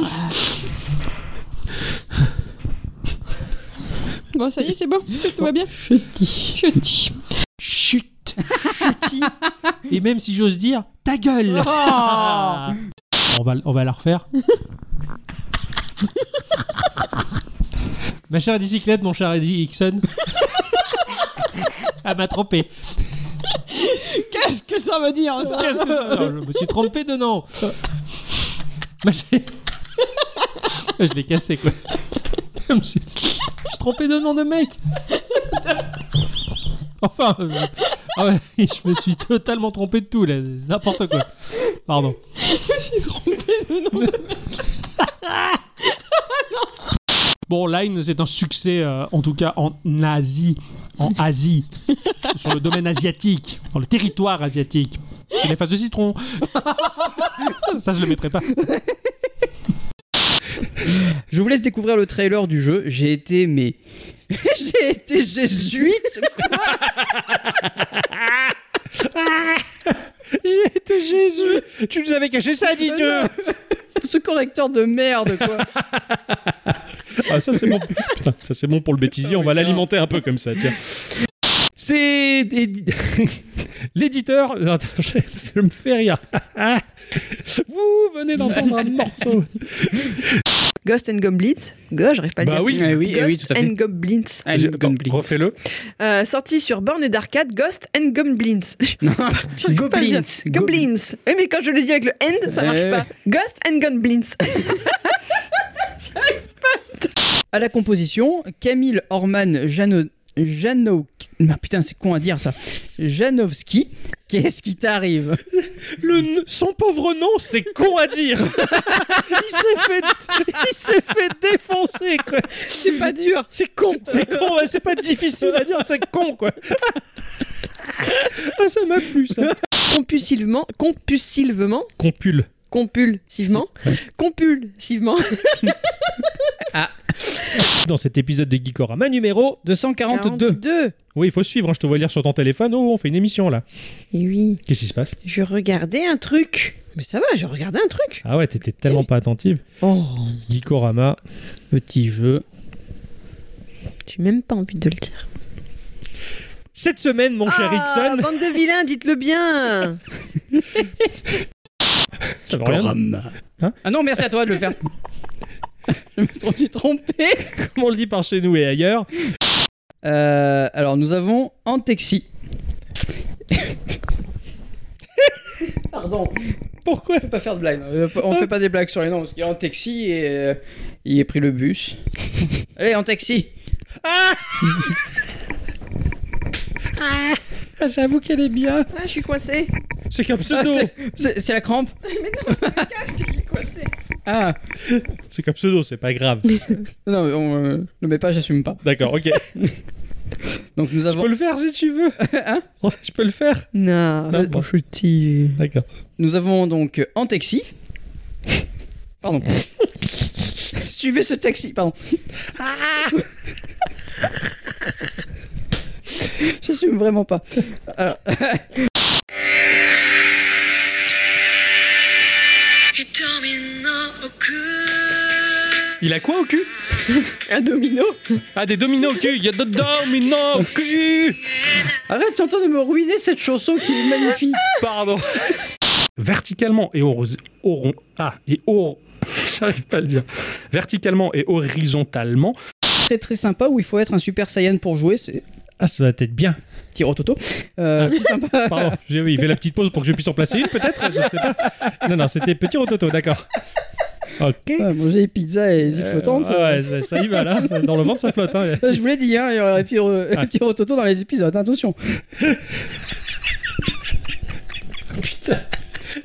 M: bon, ça y est, c'est bon, tout va bien. Je dis. Je dis.
J: Chut Chutis. Et même si j'ose dire, ta gueule on, va, on va la refaire. ma chère bicyclette, mon cher Eddie Hickson. Ah, m'a trompé.
M: Qu'est-ce que ça veut dire, ça
J: Qu'est-ce que ça Non, Je me suis trompé de nom. Ma chère- Je l'ai cassé, quoi. Je me suis, je me suis trompé de nom de mec. Enfin, euh, ah ouais, [laughs] je me suis totalement trompé de tout, là. C'est n'importe quoi. Pardon.
M: Je suis trompée de nom.
J: Bon, Line, c'est un succès, euh, en tout cas en Asie, en Asie, sur le domaine asiatique, dans le territoire asiatique. C'est les faces de citron. Ça, je le mettrai pas.
A: Je vous laisse découvrir le trailer du jeu. J'ai été mais [laughs] j'ai été jésuite.
C: J'ai été Jésus. Tu nous avais caché ça,
J: Euh,
C: dis-le.
A: [laughs] Ce correcteur de merde quoi.
F: Ah, ça c'est bon. Putain, ça c'est bon pour le bêtisier, on va l'alimenter un peu comme ça, tiens.
C: C'est édi- [laughs] l'éditeur. Attends, je... je [laughs] me fais rire. Vous venez d'entendre un morceau.
B: Ghost and Goblins. Go, j'arrive pas à le
C: Bah
B: dire.
C: oui. Eh oui, eh
B: Ghost
C: oui, tout à fait.
B: and Goblins.
C: Je- attends, Refais-le.
B: Euh, sorti sur borne d'arcade Ghost and Goblins. [laughs] J'arrive pas à le dire.
N: Goblins.
B: Goblins. Oui, mais quand je le dis avec le end, ça
A: Eh
B: marche
A: ouais.
B: pas. Ghost and Goblins.
A: À la composition, Camille Orman Jano... Jano... Ah, putain, c'est con à dire ça. Janowski, qu'est-ce qui t'arrive
O: Le... Son pauvre nom, c'est con à dire. [laughs] Il s'est fait, il s'est fait défoncer, quoi.
B: C'est pas dur.
O: C'est con. C'est con. ouais, C'est pas difficile à dire. C'est con, quoi.
B: Ah, ça m'a plu, ça. Compulsivement. Compulsivement.
C: Compule.
B: Compulsivement. Compulsivement.
J: Dans cet épisode de Geekorama numéro 242.
B: 42.
J: Oui, il faut suivre, hein, je te vois lire sur ton téléphone. Oh, on fait une émission là.
B: Et oui,
J: Qu'est-ce qui se passe
B: je regardais un truc. Mais ça va, je regardais un truc.
J: Ah ouais, t'étais tellement pas attentive.
B: Oh.
J: Geekorama, petit jeu.
B: J'ai même pas envie de le dire.
C: Cette semaine, mon cher
B: Ah,
C: Ixon.
B: bande de vilains, dites-le bien.
J: Ça veut rien.
A: Geekorama. Ah non, merci à toi de le faire. [laughs] Je me suis trompé.
J: Comme on le dit par chez nous et ailleurs.
A: Euh, alors, nous avons Antexi. Pardon.
C: Pourquoi
A: Je peux pas faire de blagues. Euh, On fait pas des blagues sur les noms. Il est en taxi et euh, il a pris le bus. Allez, en taxi.
O: Ah
A: Ah, J'avoue qu'elle est bien.
B: Ah, je suis coincé.
C: C'est qu'un
A: pseudo.
K: Ah,
A: c'est c'est la crampe.
B: Mais non, c'est le casque qui est coincé.
A: Ah.
C: C'est comme pseudo, c'est pas grave.
A: Non, mais on, euh, le mets pas, j'assume pas.
C: D'accord, ok.
A: Donc nous avons.
C: Je peux le faire si tu [laughs] veux.
J: [laughs]
A: Hein
C: Je peux le faire.
B: Non,
C: Non, bon. D'accord.
A: Euh, Nous avons donc euh, en taxi. Pardon. Suivez ce taxi, pardon. J'assume vraiment pas. Alors,
C: Il a quoi au cul
B: Un domino.
C: Ah, des dominos au cul. Il y a des dominos au cul.
A: arrête, t'entends de me ruiner cette chanson qui est magnifique.
C: Pardon. Verticalement et horizontalement. Ah, et
J: [laughs]
C: hor- J'arrive pas à le dire. Verticalement et horizontalement.
A: Très très sympa où il faut être un super saiyan pour jouer. C'est
J: Ah, ça va être bien.
A: petit rototo. Euh, très
C: [laughs]
A: sympa.
J: Pardon, j'ai oui, fait la petite pause pour que je puisse en placer une, peut-être Je sais pas. Non, non, c'était petit rototo, d'accord. Ok.
A: Ah, manger pizza et zip flottante.
J: Euh, ouais, ça, ça y va là. Ça- Dans le ventre, ça
C: [laughs]
J: flotte. hein.
A: Je vous l'ai dit, hein, il y aura petit, euh,
J: Ah.
A: petit rototo dans les épisodes, attention.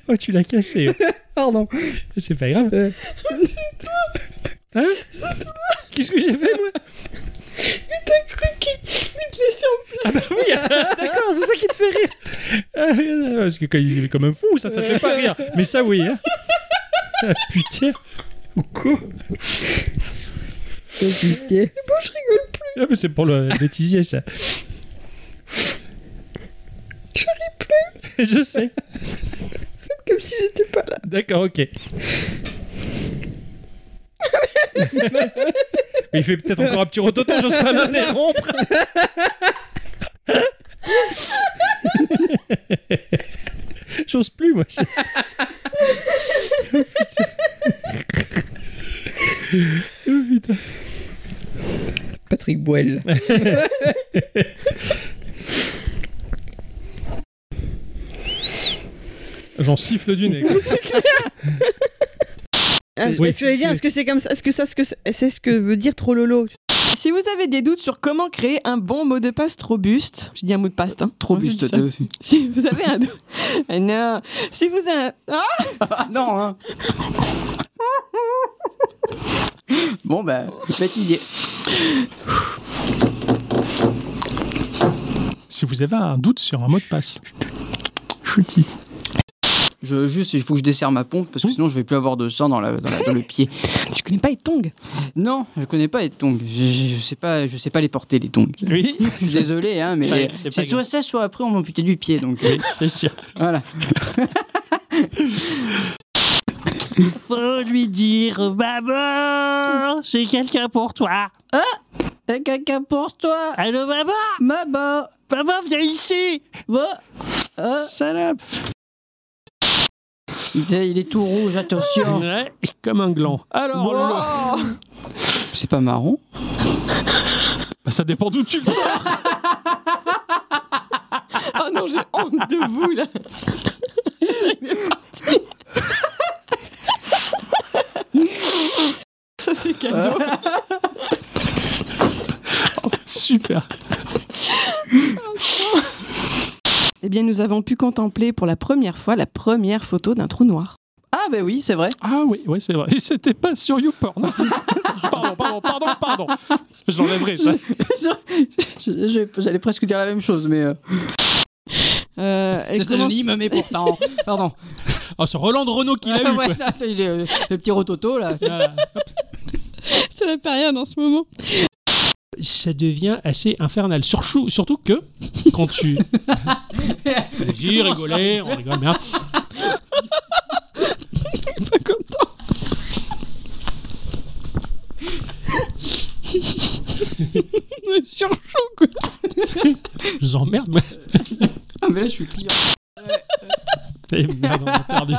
J: Oh, tu l'as cassé.
A: Pardon.
C: [laughs]
J: C'est pas grave.
A: Euh,
C: Hein Qu'est-ce que j'ai
J: [laughs]
C: fait, moi Ah bah [laughs] D'accord, c'est ça qui te fait rire.
J: [laughs] Euh, Parce que quand il est comme un fou, ça, ça te fait pas rire. Mais ça,
C: [laughs]
J: oui. hein. Ah, putain. Ou quoi
A: oh, putain.
J: [laughs] Ah, mais C'est pour le bêtisier, ça. Je ris plus. [laughs] Je sais.
B: Comme si j'étais pas là.
J: D'accord, ok. Mais il fait peut-être encore un petit rototo, j'ose pas l'interrompre. [laughs] j'ose plus, moi. c'est- Oh, putain. Oh, putain.
A: Patrick Boel.
J: J'en siffle du nez. quoi.
B: Ah,
J: Oui,
B: est-ce que j'allais dire,
J: c'est-
B: est-ce que c'est comme ça, est-ce que ça, ce que c'est c'est ce que veut dire trop lolo Si vous avez des doutes sur comment créer un bon mot de passe trop buste, je dis un mot de passe, hein.
P: Trop
B: Ouais, je
P: buste,
B: dis ça.
P: t'as aussi.
B: [laughs] Si vous avez un doute, [laughs] Ah non. Si vous avez, ah,
P: Ah non, hein Bon, bah, bêtisier.
Q: Si vous avez un doute sur un mot de passe, chutis.
R: Je, juste, il faut que je desserre ma pompe parce que sinon je vais plus avoir de sang dans, la, dans, la- dans le pied.
B: je connais pas les tongs.
R: Non, je connais pas les tongs. Je, je- je sais pas, je sais pas les porter les tongs.
Q: Oui,
R: Désolé, hein, mais
Q: Ouais, c'est
R: c'est
Q: pas
R: soit ça, soit après on m'amputait du pied. Donc
A: [laughs]
R: euh,
Q: c'est sûr.
R: voilà.
N: Faut lui dire, maman, j'ai quelqu'un pour toi.
R: T'as quelqu'un pour toi,
N: Allô, maman
R: maman.
N: Maman, viens ici
R: Bon,
N: Salope
A: Il, il est tout rouge, attention.
C: Ouais, comme un gland. Alors,
A: Wow. C'est pas marron
C: Bah, ça dépend d'où tu le sors.
B: Oh non, j'ai honte de vous là. Il est parti. Ça c'est cadeau.
C: Super.
B: Eh bien, nous avons pu contempler pour la première fois la première photo d'un trou noir.
A: Ah, bah oui,
B: [laughs]
A: c'est vrai.
C: Ah oui, oui, c'est vrai. Et c'était pas sur YouPorn. [laughs] pardon, pardon, pardon, pardon. Je l'enlèverai, ça.
A: Je- je- J'allais presque dire la même chose, mais. euh,
B: Euh, elle
A: C'est
B: commence-
A: synonyme, mais pourtant. Pardon.
C: Ah, c'est Roland de Renault qui l'a eu,
A: Ouais,
C: quoi.
A: attends, il est, euh, le petit rototo, là.
B: [laughs] C'est la période en ce moment.
J: Ça devient assez infernal. Surchou- surtout que quand
A: [laughs]
J: tu. Vas-y, rigolez, on rigole bien. [laughs]
B: Surchaud quoi.
J: Je vous emmerde, moi.
A: Ah, mais là, je suis
R: bah,
A: client.
J: Et merde, on a perdu.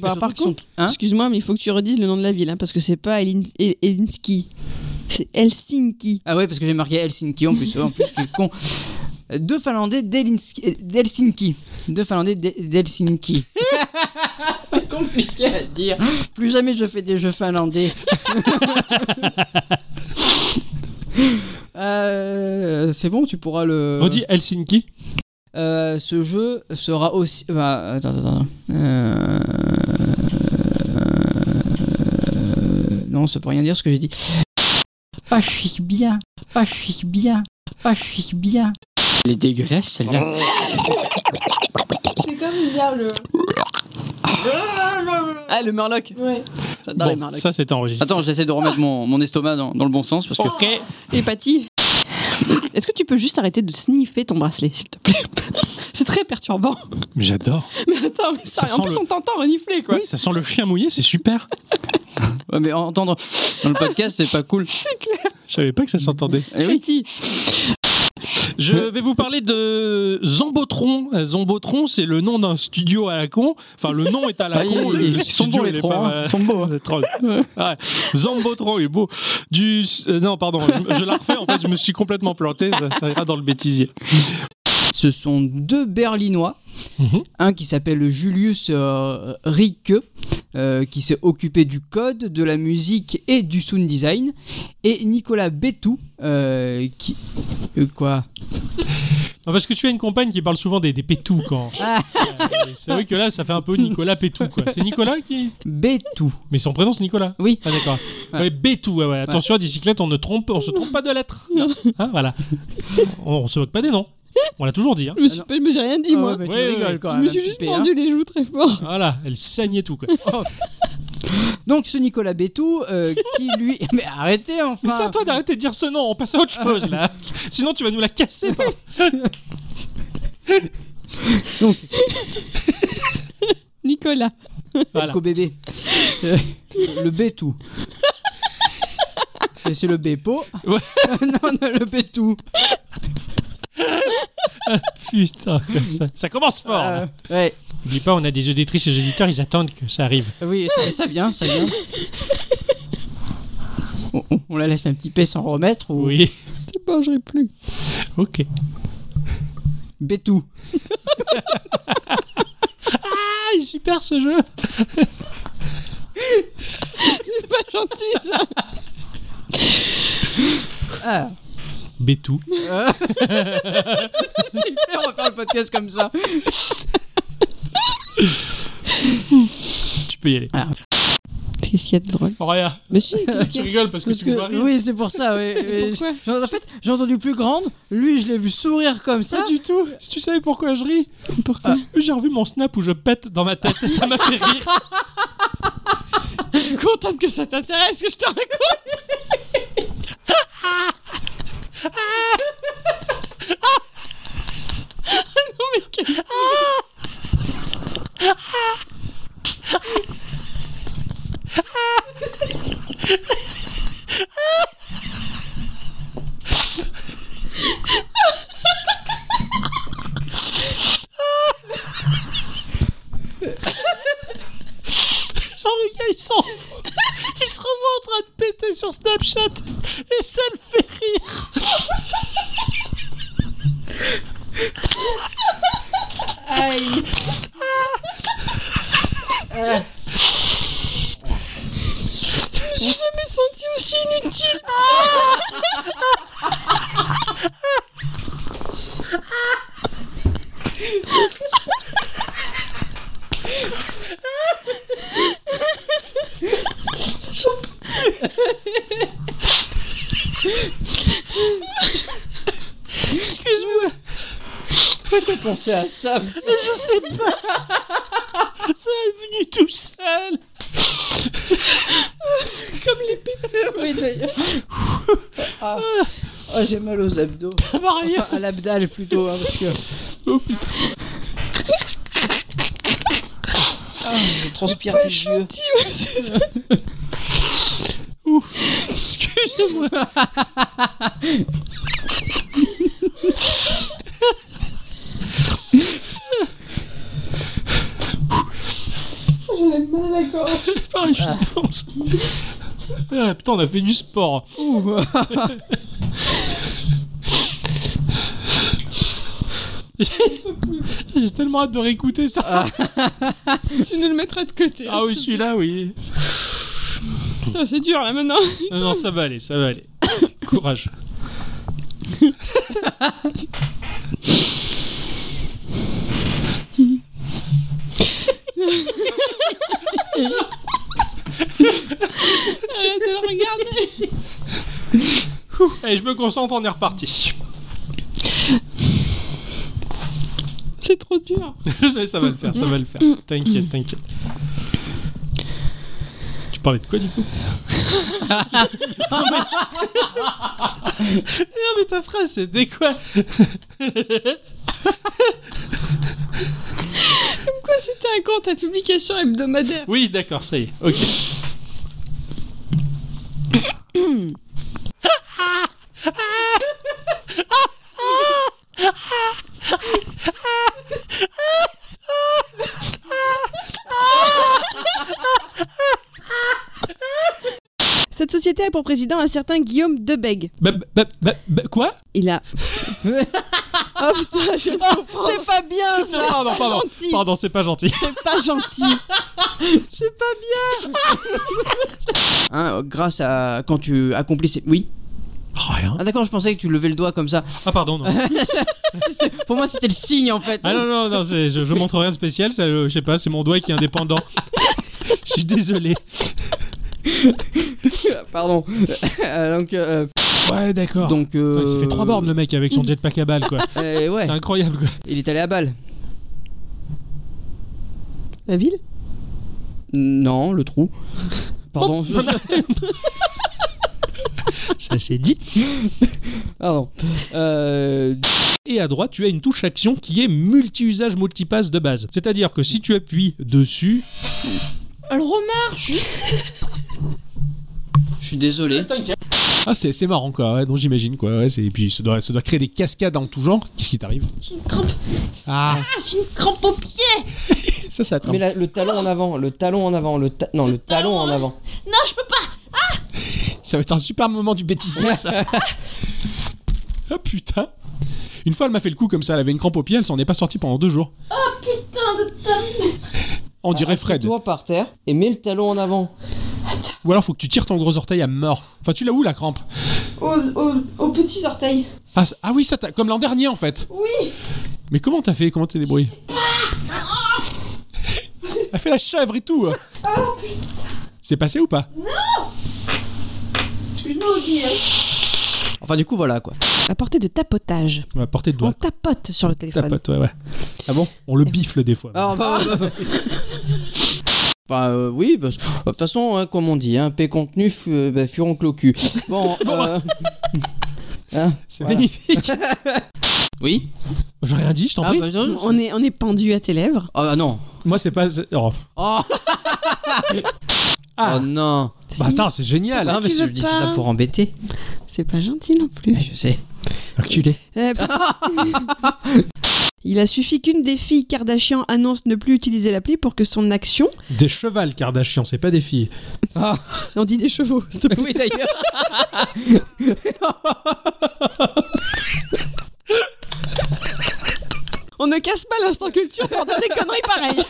B: Bah, par
A: qu'ils sont-
B: contre,
A: hein
B: excuse-moi, mais il faut que tu redises le nom de la ville, hein, parce que c'est pas Helin- Hel- Helsinki. C'est Helsinki.
A: Ah ouais, parce que j'ai marqué Helsinki en plus. En plus, je suis con. Deux Finlandais d'Helinski- euh, d'Helsinki. Deux Finlandais d'He- d'Helsinki. [laughs] C'est compliqué à dire. Plus jamais je fais des jeux [laughs] finlandais. Euh, c'est bon, tu pourras le.
J: Redis Helsinki.
A: Euh, ce jeu sera aussi. bah, attends, attends, attends. Euh, euh, Non, ça peut rien dire ce que j'ai dit. Ah, je suis bien. Ah, je suis bien. Ah, je suis bien. Elle est dégueulasse celle-là.
B: C'est comme une le.
A: Ah, le Murloc.
B: Ouais.
A: J'adore
C: Bon,
A: les Murlocs.
C: ça, c'est enregistré.
A: Attends, j'essaie de remettre mon, mon estomac dans, dans le bon sens parce que.
C: Ok.
B: Et Patty, est-ce que tu peux juste arrêter de sniffer ton bracelet, s'il te plaît [laughs] C'est très perturbant. [laughs]
C: Mais j'adore.
B: Mais attends, mais
C: Ça
B: sérieux, en
C: sent
B: plus
C: le-
B: on t'entend renifler quoi.
C: Oui, ça sent le chien mouillé, c'est super.
A: Ouais, mais entendre dans le podcast, c'est pas cool.
C: Je savais pas que ça s'entendait.
A: Eh oui.
B: Patty.
C: Je vais vous parler de Zambotron. Euh, Zambotron, c'est le nom d'un studio à la con. Enfin, le nom est à la
A: [laughs] Ah,
C: con.
A: il-
C: le-
A: il-
C: le
A: ils sont
C: studio,
A: bons, les
C: il est
A: trois,
C: pas
A: hein.
C: mal.
A: Ils sont beaux, hein.
C: Les trois. Ouais. Zambotron est beau. Du... euh, non, pardon, je, je la refais. En fait, je me suis complètement planté. Ça, ça ira dans le bêtisier.
A: Ce sont deux Berlinois
C: Mhm.
A: un qui s'appelle Julius euh, Rieke, euh, qui s'est occupé du code, de la musique et du sound design, et Nicolas Bétou, euh, qui... euh, quoi
J: Non, parce que tu as une compagne qui parle souvent des, des pétous
A: [laughs]
J: quand.
A: Ah.
J: Et C'est vrai que là, ça fait un peu Nicolas Pétou, quoi. C'est Nicolas qui.
A: Bétou.
J: Mais son prénom, c'est Nicolas.
A: Oui.
J: Ah, d'accord.
A: Ouais.
J: Ouais, Bétou, ouais, ouais. Attention, à bicyclette, on ne trompe, on se trompe pas de lettres. Hein, voilà. On, on se moque pas des noms. On l'a toujours dit. hein.
B: Je me, suis... pas- mais j'ai rien dit
A: Ah
B: moi.
A: ouais, bah, tu
J: Ouais, ouais,
A: rigoles
J: ouais.
A: quand
B: Je
A: même,
B: me
A: un
B: suis
A: petit
B: juste
A: peu, hein.
B: pendu les joues très fort.
J: Voilà, elle saigne et tout, quoi.
A: Donc ce Nicolas Bétou, euh,
B: [laughs]
A: qui lui... Mais arrêtez
J: Mais c'est à
A: enfin
J: toi d'arrêter de dire ce nom, on passe à autre chose là. [laughs] Sinon tu vas nous la casser. par-
B: Nicolas.
J: Voilà.
A: Nico bébé. Euh, le
B: [laughs]
A: Bétou. Et c'est le Bépo.
J: Ouais.
A: [laughs] non, non, le Bétou.
J: Putain, comme ça. Ça commence fort.
A: Euh,
J: là.
A: ouais.
J: N'oublie pas, on a des auditrices et des auditeurs, ils attendent que ça arrive.
A: Oui, ça, ça vient, ça vient. On, on- on la laisse un petit peu s'en remettre ou
J: Oui,
B: Je mangerai plus.
J: ok.
A: Bétou.
J: Ah, il est super ce
B: [laughs]
J: jeu.
B: C'est pas gentil ça.
A: Ah,
B: [laughs]
J: Bétou.
A: c'est super, on va faire le podcast comme ça.
J: Tu peux y aller.
B: Ah. Qu'est-ce qu'il y a de drôle
J: Auréa,
B: Mais
J: [laughs]
B: si, qu'est-ce
J: tu
B: qu'il y a
J: rigoles parce que
A: Parce
J: tu me vois
A: que,
J: rire.
A: oui, c'est pour ça. oui, oui.
B: Pourquoi
A: J'en- En fait, j'ai entendu plus grande. Lui, je l'ai vu sourire comme ça.
J: Pas du tout. Si tu savais pourquoi je ris, Ah,
B: Pourquoi
J: j'ai revu mon snap où je pète dans ma tête et ça m'a fait rire.
B: Je suis contente que ça t'intéresse, que je te raconte. Ah non, mais quel-
J: gars, il s'en fout.
S: [laughs]
J: Il se revoit en train de péter sur Snapchat et ça le fait rire. Aïe.
B: Je me suis jamais senti aussi inutile.
J: Excuse-moi.
S: Pourquoi t'as pensé à ça
J: Mais je sais pas. Ça est venu tout seul.
S: Comme les péteurs. Oui,
A: [laughs]
S: d'ailleurs. Ah. Ah, j'ai mal aux abdos. Enfin, à l'abdal plutôt, hein, parce que. Oh putain. Ah, je transpire des yeux.
J: Ouf. Excuse-moi.
B: J'en ai mal à la gorge.
J: Pareil, je pense. Ah, putain, on a fait du sport. J'ai tellement hâte de réécouter ça.
T: Tu nous le mettras de côté.
J: Ah oui, celui-là, oui.
T: Putain, C'est dur là maintenant.
J: Non, non, ça va aller, ça
T: [coughs]
J: va aller. Courage.
T: Arrête de le regarder.
J: Ouh. Allez, je me concentre, on est reparti.
T: C'est trop dur.
J: Je sais, [laughs] ça va le faire, ça va le faire. T'inquiète, t'inquiète. Tu parlais de quoi du coup Non mais ta phrase c'était quoi [laughs]
T: Comme quoi c'était un compte à publication hebdomadaire.
J: Oui d'accord ça y est, ok.
B: Cette société a pour président un certain Guillaume Debeg.
J: Bah, bah, bah, bah, quoi Ah,
B: Il
J: [laughs]
B: a. oh putain, je
S: C'est pas bien ça.
J: Non, non, pardon, pardon, c'est pas gentil.
S: C'est pas gentil. C'est pas [laughs] bien.
A: Hein, grâce à quand tu accomplis ces... Oui
J: Oh, Rien.
A: Ah d'accord, je pensais que tu levais le doigt comme ça.
J: Ah pardon, non.
A: Pour moi, c'était le signe en fait.
J: Ah non, non, non, c'est- je, je montre rien de spécial, ça, je, je sais pas, c'est mon doigt qui est indépendant. Je suis désolé.
A: Pardon. [laughs] Euh, donc, euh,
J: Ouais, d'accord.
A: donc euh,
J: Putain, Il s'est fait trois bornes le mec avec son jetpack à balles quoi.
A: euh, ouais.
J: C'est incroyable quoi.
A: Il est allé à Bâle.
T: La ville
A: Non, le
T: [laughs]
A: trou. Pardon.
J: Oh, [laughs] Ça c'est dit.
A: [laughs] Pardon. Euh,
J: Et à droite, tu as une touche action qui est multi-usage multipass de base. C'est-à-dire que si tu appuies dessus.
B: Elle remarche.
A: Je suis désolé.
J: Ah, c'est c'est marrant quoi, ouais, donc j'imagine quoi. Ouais, c'est- et puis ça doit, ça doit créer des cascades en tout genre. Qu'est-ce qui t'arrive
T: J'ai une crampe.
J: Ah,
T: Ah, j'ai une crampe au pied.
J: [laughs] ça, ça
A: Mais la- le talon en avant, le talon en avant, le ta- non, le, talon, en avant.
T: Non, je peux pas.
J: Ça va être un super moment du bêtisier, [laughs] ça. ah putain. Une fois, elle m'a fait le coup comme ça. Elle avait une crampe au pied, elle s'en est pas sortie pendant deux jours.
T: Oh putain de ta.
J: On dirait Fred.
A: Toi Bah, par terre et mets le talon en avant.
J: Ou alors, faut que tu tires ton gros orteil à mort. Enfin, tu l'as où la crampe
T: Aux, aux- aux petits orteils.
J: ah, ça- ah oui, ça t'a- comme l'an dernier en fait.
T: Oui.
J: Mais comment t'as fait Comment t'es débrouillé Elle fait la chèvre et
T: Ah,
J: tout. C'est passé ou pas
T: Excuse-moi, Guy.
A: Enfin, du coup, voilà quoi.
T: À portée de tapotage.
J: On va porter de doigt.
T: Tapote sur le téléphone.
J: Tapote, ouais, ouais. Ah bon On le bifle des fois.
A: Ah, bah, bah, bah. Bah, euh, oui, parce que de toute façon, hein, comme on dit, hein, P contenu, fu- euh, bah, furoncle au cul. Bon, euh, hein,
J: c'est
A: voilà.
J: magnifique.
A: [laughs] oui.
J: J'ai rien dit, je t'en
A: Ah,
J: prie.
A: bah, je-
T: On est, on est pendu à tes lèvres.
A: Ah bah non.
J: Moi, c'est pas. Oh,
A: Oh,
J: [laughs] Ah.
A: Oh, non.
J: Bah, attends, c'est génial.
A: Ah,
J: hein.
A: Non, mais
T: tu
A: je
T: veux
A: dis
T: pas
A: ça pour embêter. Bah,
J: Ah,
T: C'est pas gentil non plus.
B: Euh,
A: Je sais.
C: [laughs]
J: Enculé.
T: Eh, p-
M: Il a suffi qu'une des filles Kardashian annonce ne plus utiliser l'appli pour que son action.
J: Des chevals Kardashian, c'est pas des filles.
M: On dit des chevaux, s'il te plaît.
A: Oui, d'ailleurs.
M: [laughs] On ne casse pas l'instant culture pour dire des conneries pareilles.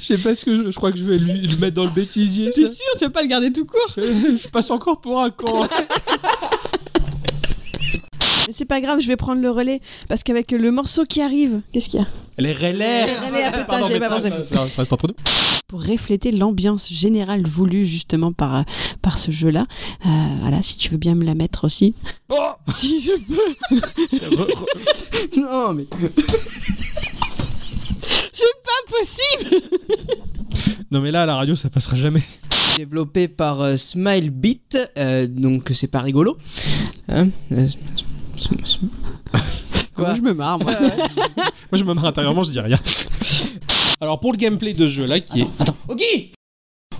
J: Je sais pas ce que je, je crois que je vais lui- le mettre dans le bêtisier.
M: T'es
J: ça.
M: sûr, tu vas pas le garder tout court
J: [laughs] je passe encore pour un
M: [laughs]
J: con.
M: Mais c'est pas grave, je vais prendre le relais parce qu'avec le morceau qui arrive, qu'est-ce qu'il y a
J: Les relais.
M: Les relais, ah, putain,
J: Pardon,
M: j'avais
J: mais
M: pas
J: ça,
M: pensé.
J: ça- ça- ça reste entre nous.
M: Pour refléter l'ambiance générale voulue justement par, euh, par ce jeu-là. Euh, voilà, si tu veux bien me la mettre aussi. si je
A: [laughs]
M: peux
A: Non, mais.
M: C'est pas possible
J: Non mais là à la radio ça passera jamais.
A: Développé par euh, Smile Beat, euh, donc c'est pas rigolo. Hein Euh,
M: Quoi Je me marre, moi.
J: Moi je me marre intérieurement, je dis rien. [laughs] Alors pour le gameplay de ce jeu là qui est
A: Ogi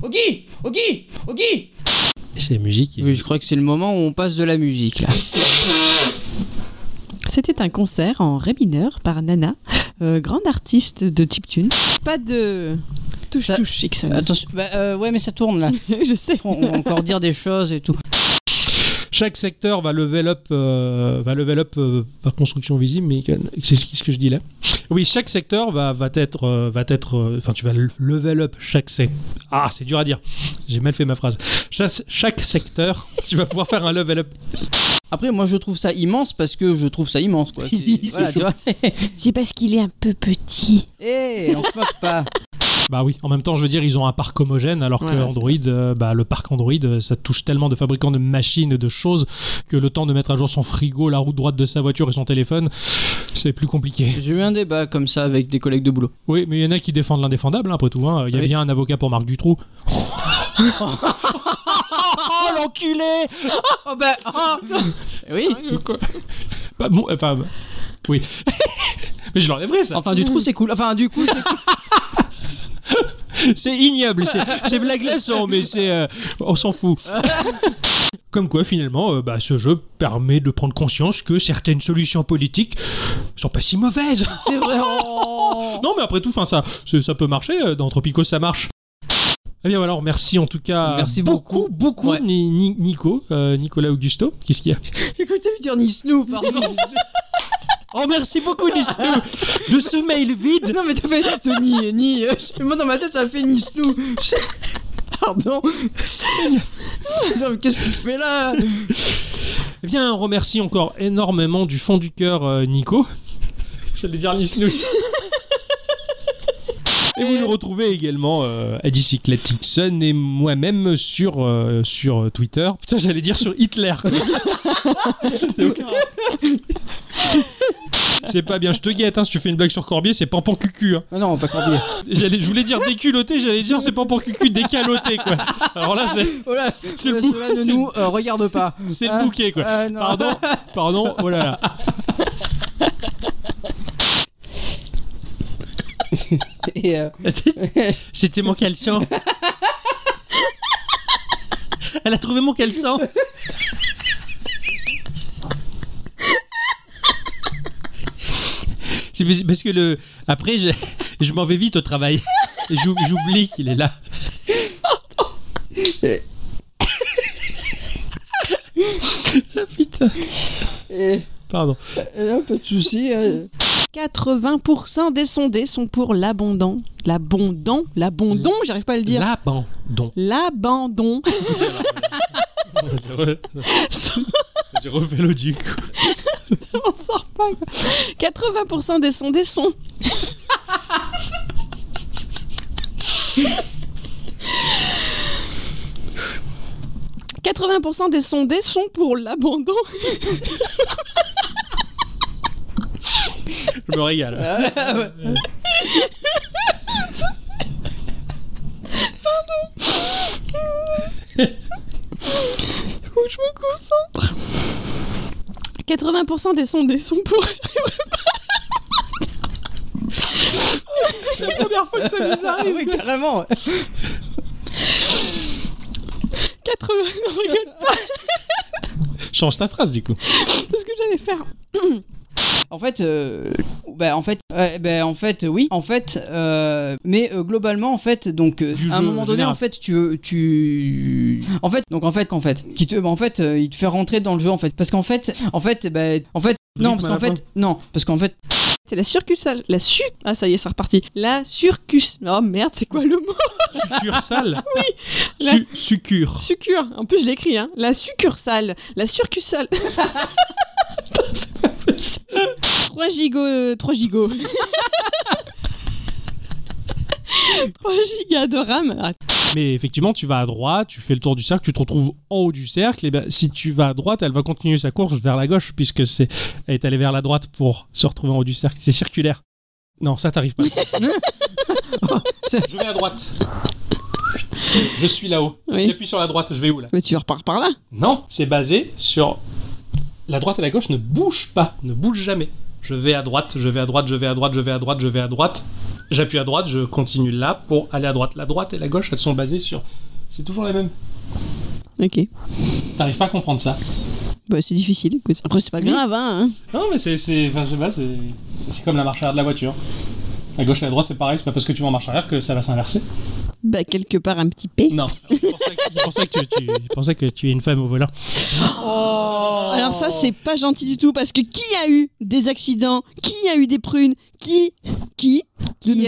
A: Ogi Ogi Ogi
J: C'est musique.
A: Oui, je crois que c'est le moment où on passe de la musique là.
M: C'était un concert en ré mineur par Nana, euh, grande artiste de chiptune. Pas de touche touche,
A: [laughs]
M: Ixon.
A: Attention, bah, euh, ouais, mais ça tourne là.
M: je sais.
A: On va encore dire des choses et tout.
J: chaque secteur va level up, euh, va level up euh, par construction visible, mais que- c'est ce que ce que je dis là. Oui, chaque secteur va, va être, euh, va être, euh, enfin tu vas le- level up chaque secteur. Ah, c'est dur à dire. J'ai mal fait ma phrase. Chaque, chaque secteur, [laughs] tu vas pouvoir faire un level up.
A: Après, moi je trouve ça immense parce que je trouve ça immense
J: [laughs]
A: quoi. C'est- voilà, tu vois.
M: C'est parce qu'il est un peu petit.
A: Eh, on se moque
J: [laughs]
A: pas.
J: Bah oui, en même temps, je veux dire, ils ont un parc homogène, alors que
A: Voilà,
J: Android, euh, bah, le parc Android, euh, ça touche tellement de fabricants de machines et de choses que le temps de mettre à jour son frigo, la roue droite de sa voiture et son téléphone, c'est plus compliqué.
A: J'ai eu un débat comme ça avec des collègues de boulot.
J: Oui, mais il y en a qui défendent l'indéfendable, hein, après tout. hein. Il y a bien un avocat pour Marc Dutroux.
A: Oh l'enculé Oh bah oh Oui
J: Pas bon, Bah, enfin, oui. mais je l'enlèverai, ça.
A: Enfin du trou c'est cool. Enfin du coup c'est cool.
J: [laughs] C'est ignoble, c'est- c'est blaglaçant, mais c'est. euh, on s'en fout. Comme quoi, finalement, euh, bah, ce jeu permet de prendre conscience que certaines solutions politiques sont pas si mauvaises.
A: C'est vrai.
J: [laughs] non, mais après tout, fin, ça, c'est- ça peut marcher. euh, Dans Tropico, ça marche. Eh bien, alors, merci en tout cas.
A: Merci
J: beaucoup, beaucoup, Ni- Ni- Nico, euh, Nicolas Augusto. Qu'est-ce qu'il y a
A: J'ai cru que t'allais dire Nisnou, pardon.
J: [laughs] Oh merci beaucoup Nisnou de ce mail vide.
A: Non mais t'as fait de ni ni. euh, je- Moi dans ma tête ça a fait Nisnou. Je- Pardon. Non mais qu'est-ce que tu fais là
J: Eh bien, on remercie encore énormément du fond du cœur euh, Nico. J'allais dire Nisnou. Et vous nous retrouvez également euh, à Dicyclatixon et moi-même sur, euh, sur Twitter. Putain, j'allais dire sur Hitler. quoi. C'est aucun rapport. C'est pas bien, je te guette, hein, si tu fais une blague sur Corbier, c'est pan cucu. Hein.
A: Ah non pas
J: [laughs]
A: Corbier.
J: J'allais, je voulais dire déculotté, j'allais dire c'est pan cucu décaloté quoi. Alors là, c'est,
A: Oh [laughs] là,
J: c'est le
A: oh là,
J: bou-
A: ceux-là ne
J: c'est le-
A: nous euh, regarde pas.
J: c'est
A: Ah,
J: le bouquet quoi.
A: ah, non.
J: pardon, pardon, oh là là.
A: [laughs] Et, euh,
J: [laughs] C'était mon caleçon. Elle a trouvé mon caleçon. C'est parce- Parce que le après je, je m'en vais vite au travail. Et j'ou- J'oublie qu'il est là. Ah,
A: et-
J: Pardon.
A: et un peu de soucis. euh.
M: 80% des sondés sont pour l'abondant. L'abondant L'abondant, j'arrive pas à le
A: [laughs]
M: dire.
J: L'abandon.
M: L'abandon. [laughs]
J: J'ai re- j'ai refait le duc.
M: [laughs] On sort pas. quoi. 80% des sondés sont. « 80% des sondés sont pour l'abandon.
J: Je me régale.
M: Où je me concentre. 80% des sondés sont pour. [laughs]
J: C'est la première fois que ça nous
A: Ah [laughs] oui, carrément.
M: 80. Non, rigole pas.
J: Change ta phrase du coup.
M: C'est ce que j'allais faire.
A: En fait, euh, bah, en fait, ouais, bah, en fait, oui, en fait, euh, mais euh, globalement, en fait, donc euh,
U: Du
A: à un
U: jeu
A: moment donné,
U: général.
A: en fait, tu, euh, tu, en fait, donc en fait, qu'en fait, qui te, bah, en fait, euh, il te fait rentrer dans le jeu, en fait, parce qu'en fait, en fait, bah, en fait, non,
M: Rythme
A: parce
M: à la
A: qu'en fait, non, parce qu'en fait,
M: C'est la surcursale. La su. Ah, ça y est, c'est reparti. La surcus. Oh merde, c'est quoi le mot
J: Succursale
M: [laughs] Oui. La
J: Su- succure.
M: succure. En plus, je l'écris, hein. La succursale. La [laughs] surcursale. Putain, c'est pas possible. 3 gigots. 3 [laughs] gigots. 3 gigas de RAM. Ah, Arrête.
J: Mais effectivement, tu vas à droite, tu fais le tour du cercle, tu te retrouves en haut du cercle. Et ben, si tu vas à droite, elle va continuer sa course vers la gauche, puisque c'est elle est allée vers la droite pour se retrouver en haut du cercle. C'est circulaire. Non, ça
M: [laughs]
J: t'arrive pas. [laughs] je vais à droite. Je suis là-haut. Si j'appuie sur la droite, je vais où là
M: Mais tu repars par là.
J: Non, c'est basé sur la droite et la gauche ne bougent pas, ne bougent jamais. Je vais à droite, je vais à droite, je vais à droite, je vais à droite, je vais à droite. J'appuie à droite, je continue là pour aller à droite. La droite et la gauche, elles sont basées sur. C'est toujours les mêmes.
M: Ok.
J: T'arrives pas à comprendre ça.
M: Bah, c'est difficile, écoute. Après, c'est pas grave, hein.
J: Non, mais c'est. c'est- Enfin, je sais pas, c'est. C'est comme la marche arrière de la voiture. La gauche et la droite, c'est pareil, c'est pas parce que tu vas en marche arrière que ça va s'inverser.
M: Bah, quelque part, un petit P.
J: Non. C'est pour ça que tu, que tu es une femme au volant.
M: Alors ça, c'est
C: Oh.
M: pas gentil du tout parce que qui a eu des accidents Qui a eu des prunes Qui Qui Qui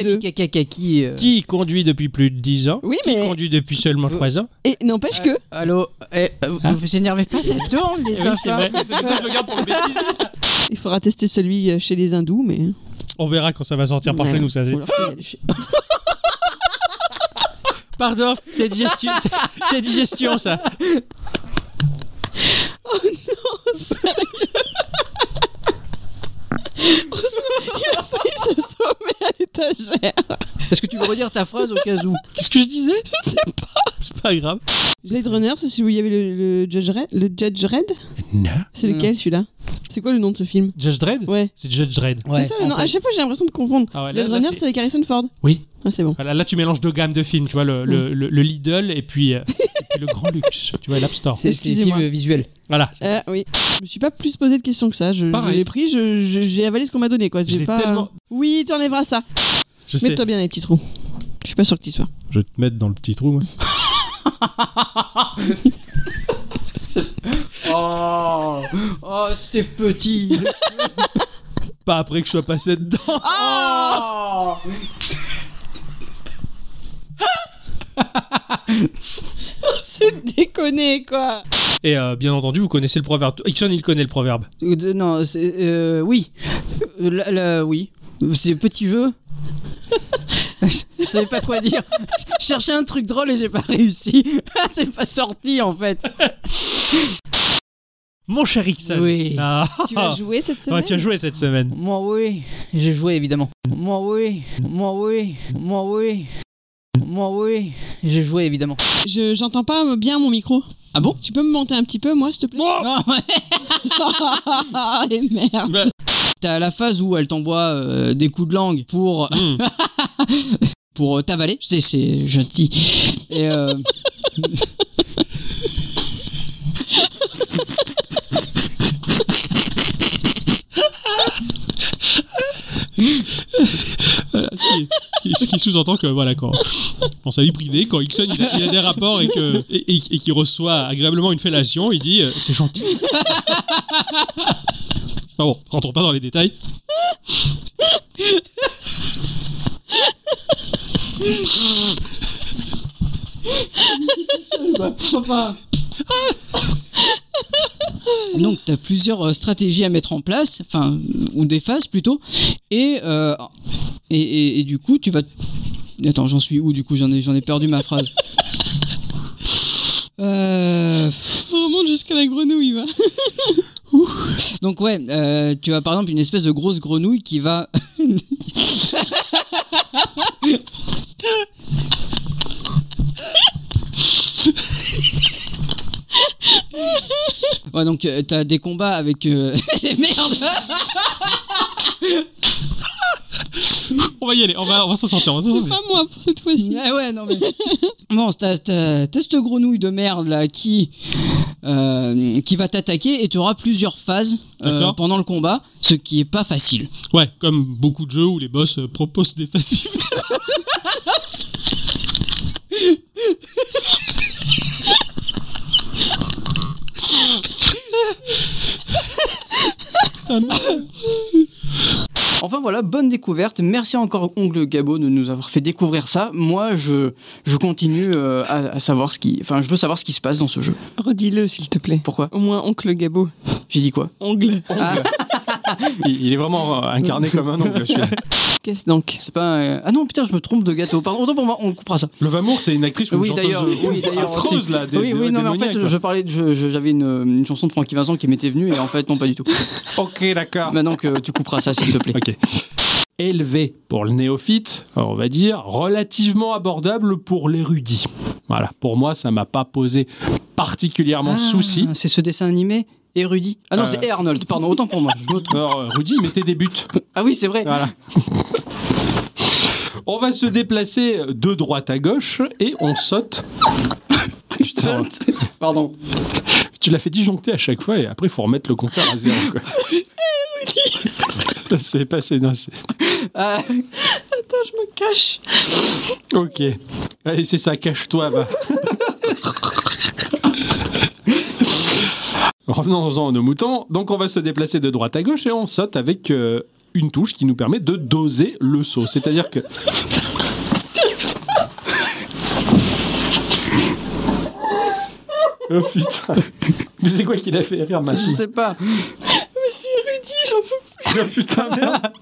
A: qui euh
J: Qui conduit depuis plus de 10 ans
M: Oui,
J: Qui
M: mais-
J: conduit depuis seulement 3 ans
M: Et n'empêche que...
A: Allô eh, euh, Vous vous énervez pas, ça tourne déjà.
J: Oui, c'est
A: ça.
J: vrai. C'est pour ça que je le garde pour le bêtisier, ça.
M: Il faudra tester celui euh, chez les hindous, mais...
J: On verra quand ça va sortir par
M: Ouais.
J: chez nous, ça. c'est-
M: Faut leur filer
J: [laughs]
M: le-
J: Pardon, c'est digestion, c'est- c'est digestion, ça.
M: [laughs] Oh non, sérieux [laughs] Il a failli se sommer à l'étagère.
A: Est-ce que tu veux redire ta phrase au cas où
J: Qu'est-ce que je disais
M: Je sais pas.
J: C'est pas grave.
M: Blade Runner, c'est celui où il y avait le, le Judge Red Le Judge Red
J: Non.
M: C'est lequel, celui-là C'est quoi le nom de ce film
J: Judge Dredd
M: Ouais.
J: C'est Judge Dredd.
M: C'est ça le nom.
A: ah,
M: À chaque fois, j'ai l'impression de confondre.
J: Ah ouais, là-
M: Blade
J: là,
M: Runner,
J: c'est-
M: c'est avec Harrison Ford.
J: Oui.
M: Ah, c'est bon.
J: Voilà, là, tu mélanges deux gammes de films, tu vois, le,
M: Mm.
J: le, le- le Lidl et puis, euh, et puis le Grand Luxe, tu vois, l'App Store.
M: C'est- c'est les films Excusez-moi.
A: visuels.
J: Voilà.
M: Ah oui. Je me suis pas plus posé de questions que ça. Je, je
J: Pareil.
M: l'ai pris, je- je- j'ai avalé ce qu'on m'a donné. Quoi.
J: Je
M: J'ai
J: l'ai
M: pas...
J: tellement-
M: Oui, tu enlèveras ça.
J: Je sais.
M: Mets-toi bien dans les petits trous. Je suis pas sûr que tu y sois.
J: Je vais te mettre dans le petit trou, moi.
A: Oh, oh c'était petit.
J: Pas après que je sois passé dedans. [laughs]
A: Oh
M: c'est déconné, quoi.
J: Et euh, bien entendu, vous connaissez le proverbe. Ixon, il connaît le proverbe.
A: [laughs] Euh, de- Non, c'est. euh, oui. Euh, là- là, oui. C'est petit jeu. [laughs] Je savais pas quoi [laughs] dire. Je cherchais un truc drôle et j'ai pas réussi. [laughs] C'est pas sorti en fait.
J: Mon cher Ixon.
A: Oui.
J: Ah.
A: Tu as joué cette
J: Ouais, tu as
A: semaine
J: joué cette semaine.
A: Moi oui. J'ai joué évidemment. Moi oui. Moi oui. Moi oui. Moi oui. J'ai joué évidemment.
M: Je, j'entends pas bien mon micro.
A: Ah bon Oh
M: Tu peux me monter un petit peu, moi, s'il te plaît Non
A: [laughs]
M: [laughs] Les merdes
A: Bah. T'as la phase où elle t'envoie euh, des coups de langue pour [laughs] pour euh, t'avaler. C'est c'est gentil. Et euh,
J: Voilà, ce qui, ce qui- ce qui sous-entend que, voilà, quand, dans sa vie privée, quand Ixon il a, il a des rapports et que- et- et- et qu'il reçoit agréablement une fellation, il dit euh, c'est gentil. Enfin bon, rentrons pas dans les détails.
A: donc t'as plusieurs euh, stratégies à mettre en place, enfin ou des phases plutôt. Et euh, et, et- et du coup tu vas. Attends, j'en suis où du coup J'en ai j'en ai perdu ma
M: [laughs]
A: phrase. Euh...
M: On remonte jusqu'à la
A: [laughs]
M: grenouille, va.
A: Donc ouais, euh, tu as par exemple une espèce de grosse grenouille qui va. [laughs] ouais donc euh, t'as des combats avec. euh, [laughs] Merde
J: On va y aller, on va, on va s'en sortir. on va s'en sortir.
M: moi pour cette fois-ci.
A: [laughs] Ah ouais, non mais. Bon, t'as t'as- t'as cette grenouille de merde là qui euh, qui va t'attaquer et tu auras plusieurs phases euh,
J: D'accord.
A: pendant le combat, ce qui est pas facile.
J: Ouais, comme beaucoup de jeux où les boss euh, proposent des passifs.
A: Enfin voilà, bonne découverte. Merci encore Ongle Gabo de nous avoir fait découvrir ça. Moi, je, je continue euh, à, à savoir ce qui, enfin, je veux savoir ce qui se passe dans ce jeu.
B: Redis-le, s'il te plaît.
A: Pourquoi
B: Au moins, oncle Gabo.
A: J'ai dit quoi
B: Ongle. Ah.
C: [laughs] Il, il est vraiment euh, incarné comme un oncle. celui-là.
A: Qu'est-ce donc C'est pas. un- Ah non, putain, je me trompe de gâteau. Pardon, autant pour moi, on coupera ça.
C: Le Vamour, c'est une actrice ou une
A: Oui,
C: chanteuse
A: d'ailleurs,
C: euh,
A: oui,
C: [laughs]
A: d'ailleurs. aussi.
C: affreuse, là, des-
A: oui, oui,
C: des-
A: non, mais en
C: démoniaque,
A: fait,
C: quoi.
A: je parlais, de- je- je- j'avais une, une chanson de Francky Vincent qui m'était venue et en fait, non, pas du tout.
C: ok, d'accord.
A: Maintenant que tu couperas ça, s'il te plaît.
C: Ah. [laughs] Ok. Élevé pour le néophyte, on va dire, relativement abordable pour l'érudit. Voilà, pour moi, ça m'a pas posé particulièrement
A: Ah.
C: de souci.
A: C'est ce dessin animé Érudit Ah non,
C: Euh.
A: c'est eh, Arnold, pardon, autant pour moi. je me trompe.
C: Alors, euh, Rudy, mettez des buts.
A: Ah oui, c'est vrai.
C: Voilà. On va se déplacer de droite à gauche et on saute. Putain.
A: Pardon.
C: Tu l'as fait disjoncter à chaque fois et après, il faut remettre le compteur à zéro.
B: [laughs]
C: quoi. Là, c'est passé. Non, c'est-
A: Ah,
B: Euh, Attends, je me cache.
C: Ok. Allez, c'est ça, cache-toi, va. Revenons-en à nos moutons. Donc, on va se déplacer de droite à gauche et on saute avec euh, une touche qui nous permet de doser le saut. C'est-à-dire que. Oh putain! Mais c'est quoi qu'il a fait rire, ma
A: je sais pas.
B: Mais c'est Rudy, j'en peux plus.
C: Oh putain, merde!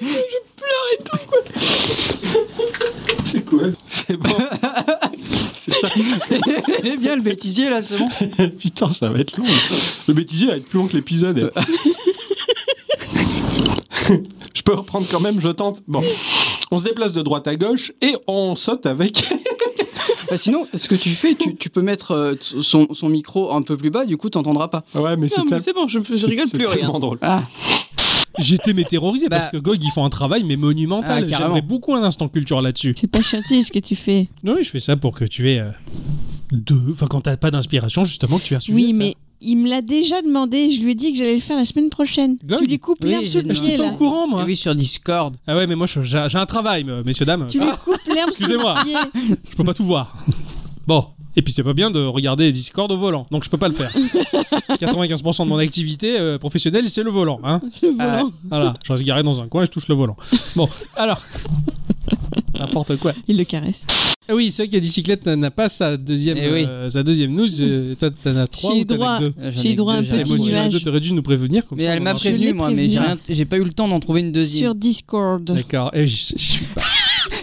B: Je pleure et tout, quoi.
C: C'est cool. C'est bon. [laughs] C'est ça.
A: Elle est bien le bêtisier là, c'est bon.
C: Putain, ça va être long. Le bêtisier va être plus long que
B: [laughs]
C: l'épisode. je peux reprendre quand même, je tente. Bon. On se déplace de droite à gauche et on saute avec.
A: Bah, sinon, ce que tu fais, tu, tu peux mettre euh, t- son, son micro un peu plus bas, du coup, t'entendras pas.
C: Ouais, mais
B: Non, mais c'est bon, je, je rigole plus rien.
C: drôle.
A: Ah,
J: J'étais mais terrorisé
A: Bah.
J: parce que Gog, ils font un travail mais monumental.
A: Ah, carrément.
J: J'aimerais beaucoup un instant culture là-dessus.
M: C'est pas gentil ce que tu fais.
J: Oui, je fais ça pour que tu aies euh, deux. Enfin, quand t'as pas d'inspiration, justement, que [laughs] tu as suivi.
M: oui, mais il me l'a déjà demandé. Je lui ai dit que j'allais le faire la semaine prochaine.
J: Gog
M: tu lui coupes l'herbe
A: Oui,
M: sous le
A: j'ai
M: pied,
A: demandé.
M: là.
J: courant, moi.
A: oui, sur Discord.
J: Ah ouais, mais moi, je- j'ai j'ai un travail, me- messieurs, dames.
M: Tu lui coupes l'herbe sous
J: Ah. Excusez-moi.
M: le pied.
J: Je peux pas tout voir. Bon. Et puis c'est pas bien de regarder Discord au volant, donc je peux pas le
M: [laughs]
J: faire. 95% de mon activité euh, professionnelle, c'est le volant. Hein
M: Le
A: Ah.
M: volant.
J: voilà, je reste garé dans un coin et je touche le volant. Bon, alors. N'importe quoi.
M: Il le caresse.
J: Ah oui, c'est vrai qu'il y a bicyclette n'a- n'a pas sa deuxième,
A: Eh oui.
J: euh, sa deuxième news. euh, toi, t'en as trois
M: J'ai
J: ou t'en as
M: droit,
J: que deux
A: euh, J'en
M: j'ai
A: ai
M: droit à un
A: deux, j'en ai
M: petit
J: moi, si j'en ai
M: nuage
J: deux, t'aurais dû nous prévenir comme
A: Mais
J: ça.
A: elle
J: on
A: m'a
J: aura-
M: prévenu.
A: prévenu, moi, mais j'ai
M: prévenue.
A: rien- j'ai pas eu le temps d'en trouver une deuxième.
M: sur Discord.
J: D'accord. Et je- je suis pas-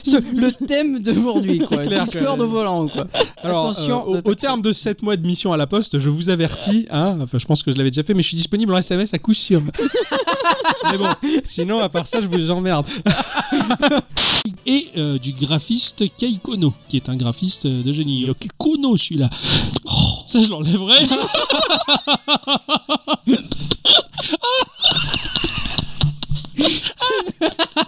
A: Ce- le thème d'aujourd'hui, quoi.
J: clair
A: Discord
J: que-
A: au volant, quoi.
J: Alors,
A: Attention,
J: euh, au-
A: ne
J: au, terme de 7 mois de mission à la poste, je vous avertis, hein, enfin je pense que je l'avais déjà fait, mais je suis disponible en SMS à coup [laughs] sûr. mais bon, sinon à part ça, je vous emmerde. [laughs] Et euh, du graphiste Kei Kono, qui est un graphiste euh, de génie. Ok, Kono celui-là. Oh, ça je l'enlèverai. [laughs]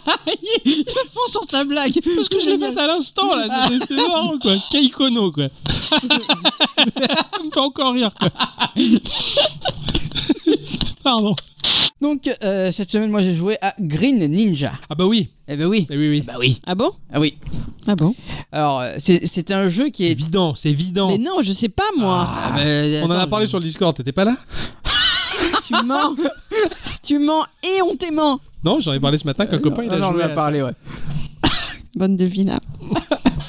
A: fond sur sa blague.
J: Parce que je l'ai faite à l'instant là, c'est- c'est marrant quoi. Kaikono [laughs] quoi. ça me fait encore rire [laughs] quoi. Pardon.
A: Donc, euh, cette semaine, moi, j'ai joué à Green Ninja.
J: Ah bah oui,
A: Eh ben oui.
J: eh oui oui.
A: Bah oui.
M: Ah bon
A: Ah oui.
M: Ah bon
A: Alors, euh, c'est c'est un jeu qui est.
J: Évident, c'est évident.
M: Mais non, je sais pas moi.
A: Ah, bah, euh,
J: On en a
A: attends,
J: parlé
A: je-
J: sur le Discord, t'étais pas là
M: tu mens. tu mens et on t'aimant.
J: Non, j'en ai parlé ce matin qu'un copain il a
A: Ah non, on
J: joué
A: en
J: à
A: a
J: ça.
A: parlé, ouais.
M: Bonne devinable.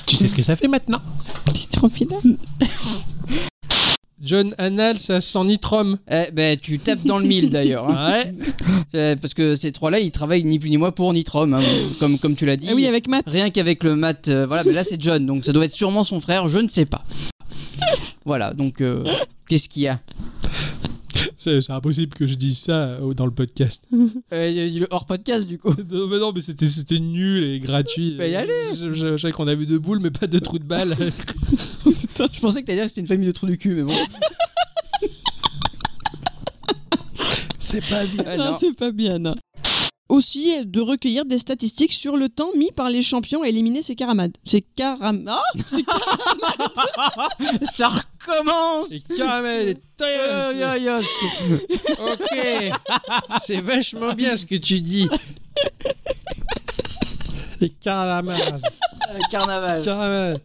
J: Tu sais ce que ça fait maintenant
M: C'est trop final.
A: Mm.
J: John Annal, ça sent nitrom.
A: Eh ben, tu tapes dans le mille d'ailleurs.
J: [laughs]
A: hein.
J: Ouais.
A: C'est- Parce que ces trois-là, ils travaillent ni plus ni moins pour Nitrom, hein, comme, comme tu l'as dit.
M: Ah oui, avec Matt.
A: Rien qu'avec le mat, euh, voilà, mais là c'est John, donc ça doit être sûrement son frère, je ne sais pas. Voilà, donc euh, qu'est-ce qu'il y a
J: C'est c'est impossible que je dise ça euh, dans le podcast. [laughs]
A: Euh, Il y a le hors podcast du coup.
J: non, mais non, mais c'était c'était nul et gratuit.
A: Bah, y
J: Euh, Je, je- je savais qu'on avait deux boules, mais pas deux trous
A: [laughs]
J: de balle.
A: Je pensais que t'allais dire que c'était une famille de trous du cul, mais [laughs] bon.
J: C'est pas bien.
A: Ouais,
M: non,
A: Ah, non.
M: c'est pas hein, bien. Non.
B: aussi de recueillir des statistiques sur le temps mis par les champions à éliminer ces caramades. Ces caram... Ah Ces caramades
V: Ça recommence
B: Les
J: caramels, les
V: Yoyos.
J: Ok, c'est vachement bien ce que
A: [laughs]
J: tu dis.
W: Les caramels.
A: Euh,
V: Carnaval.
W: Caramels.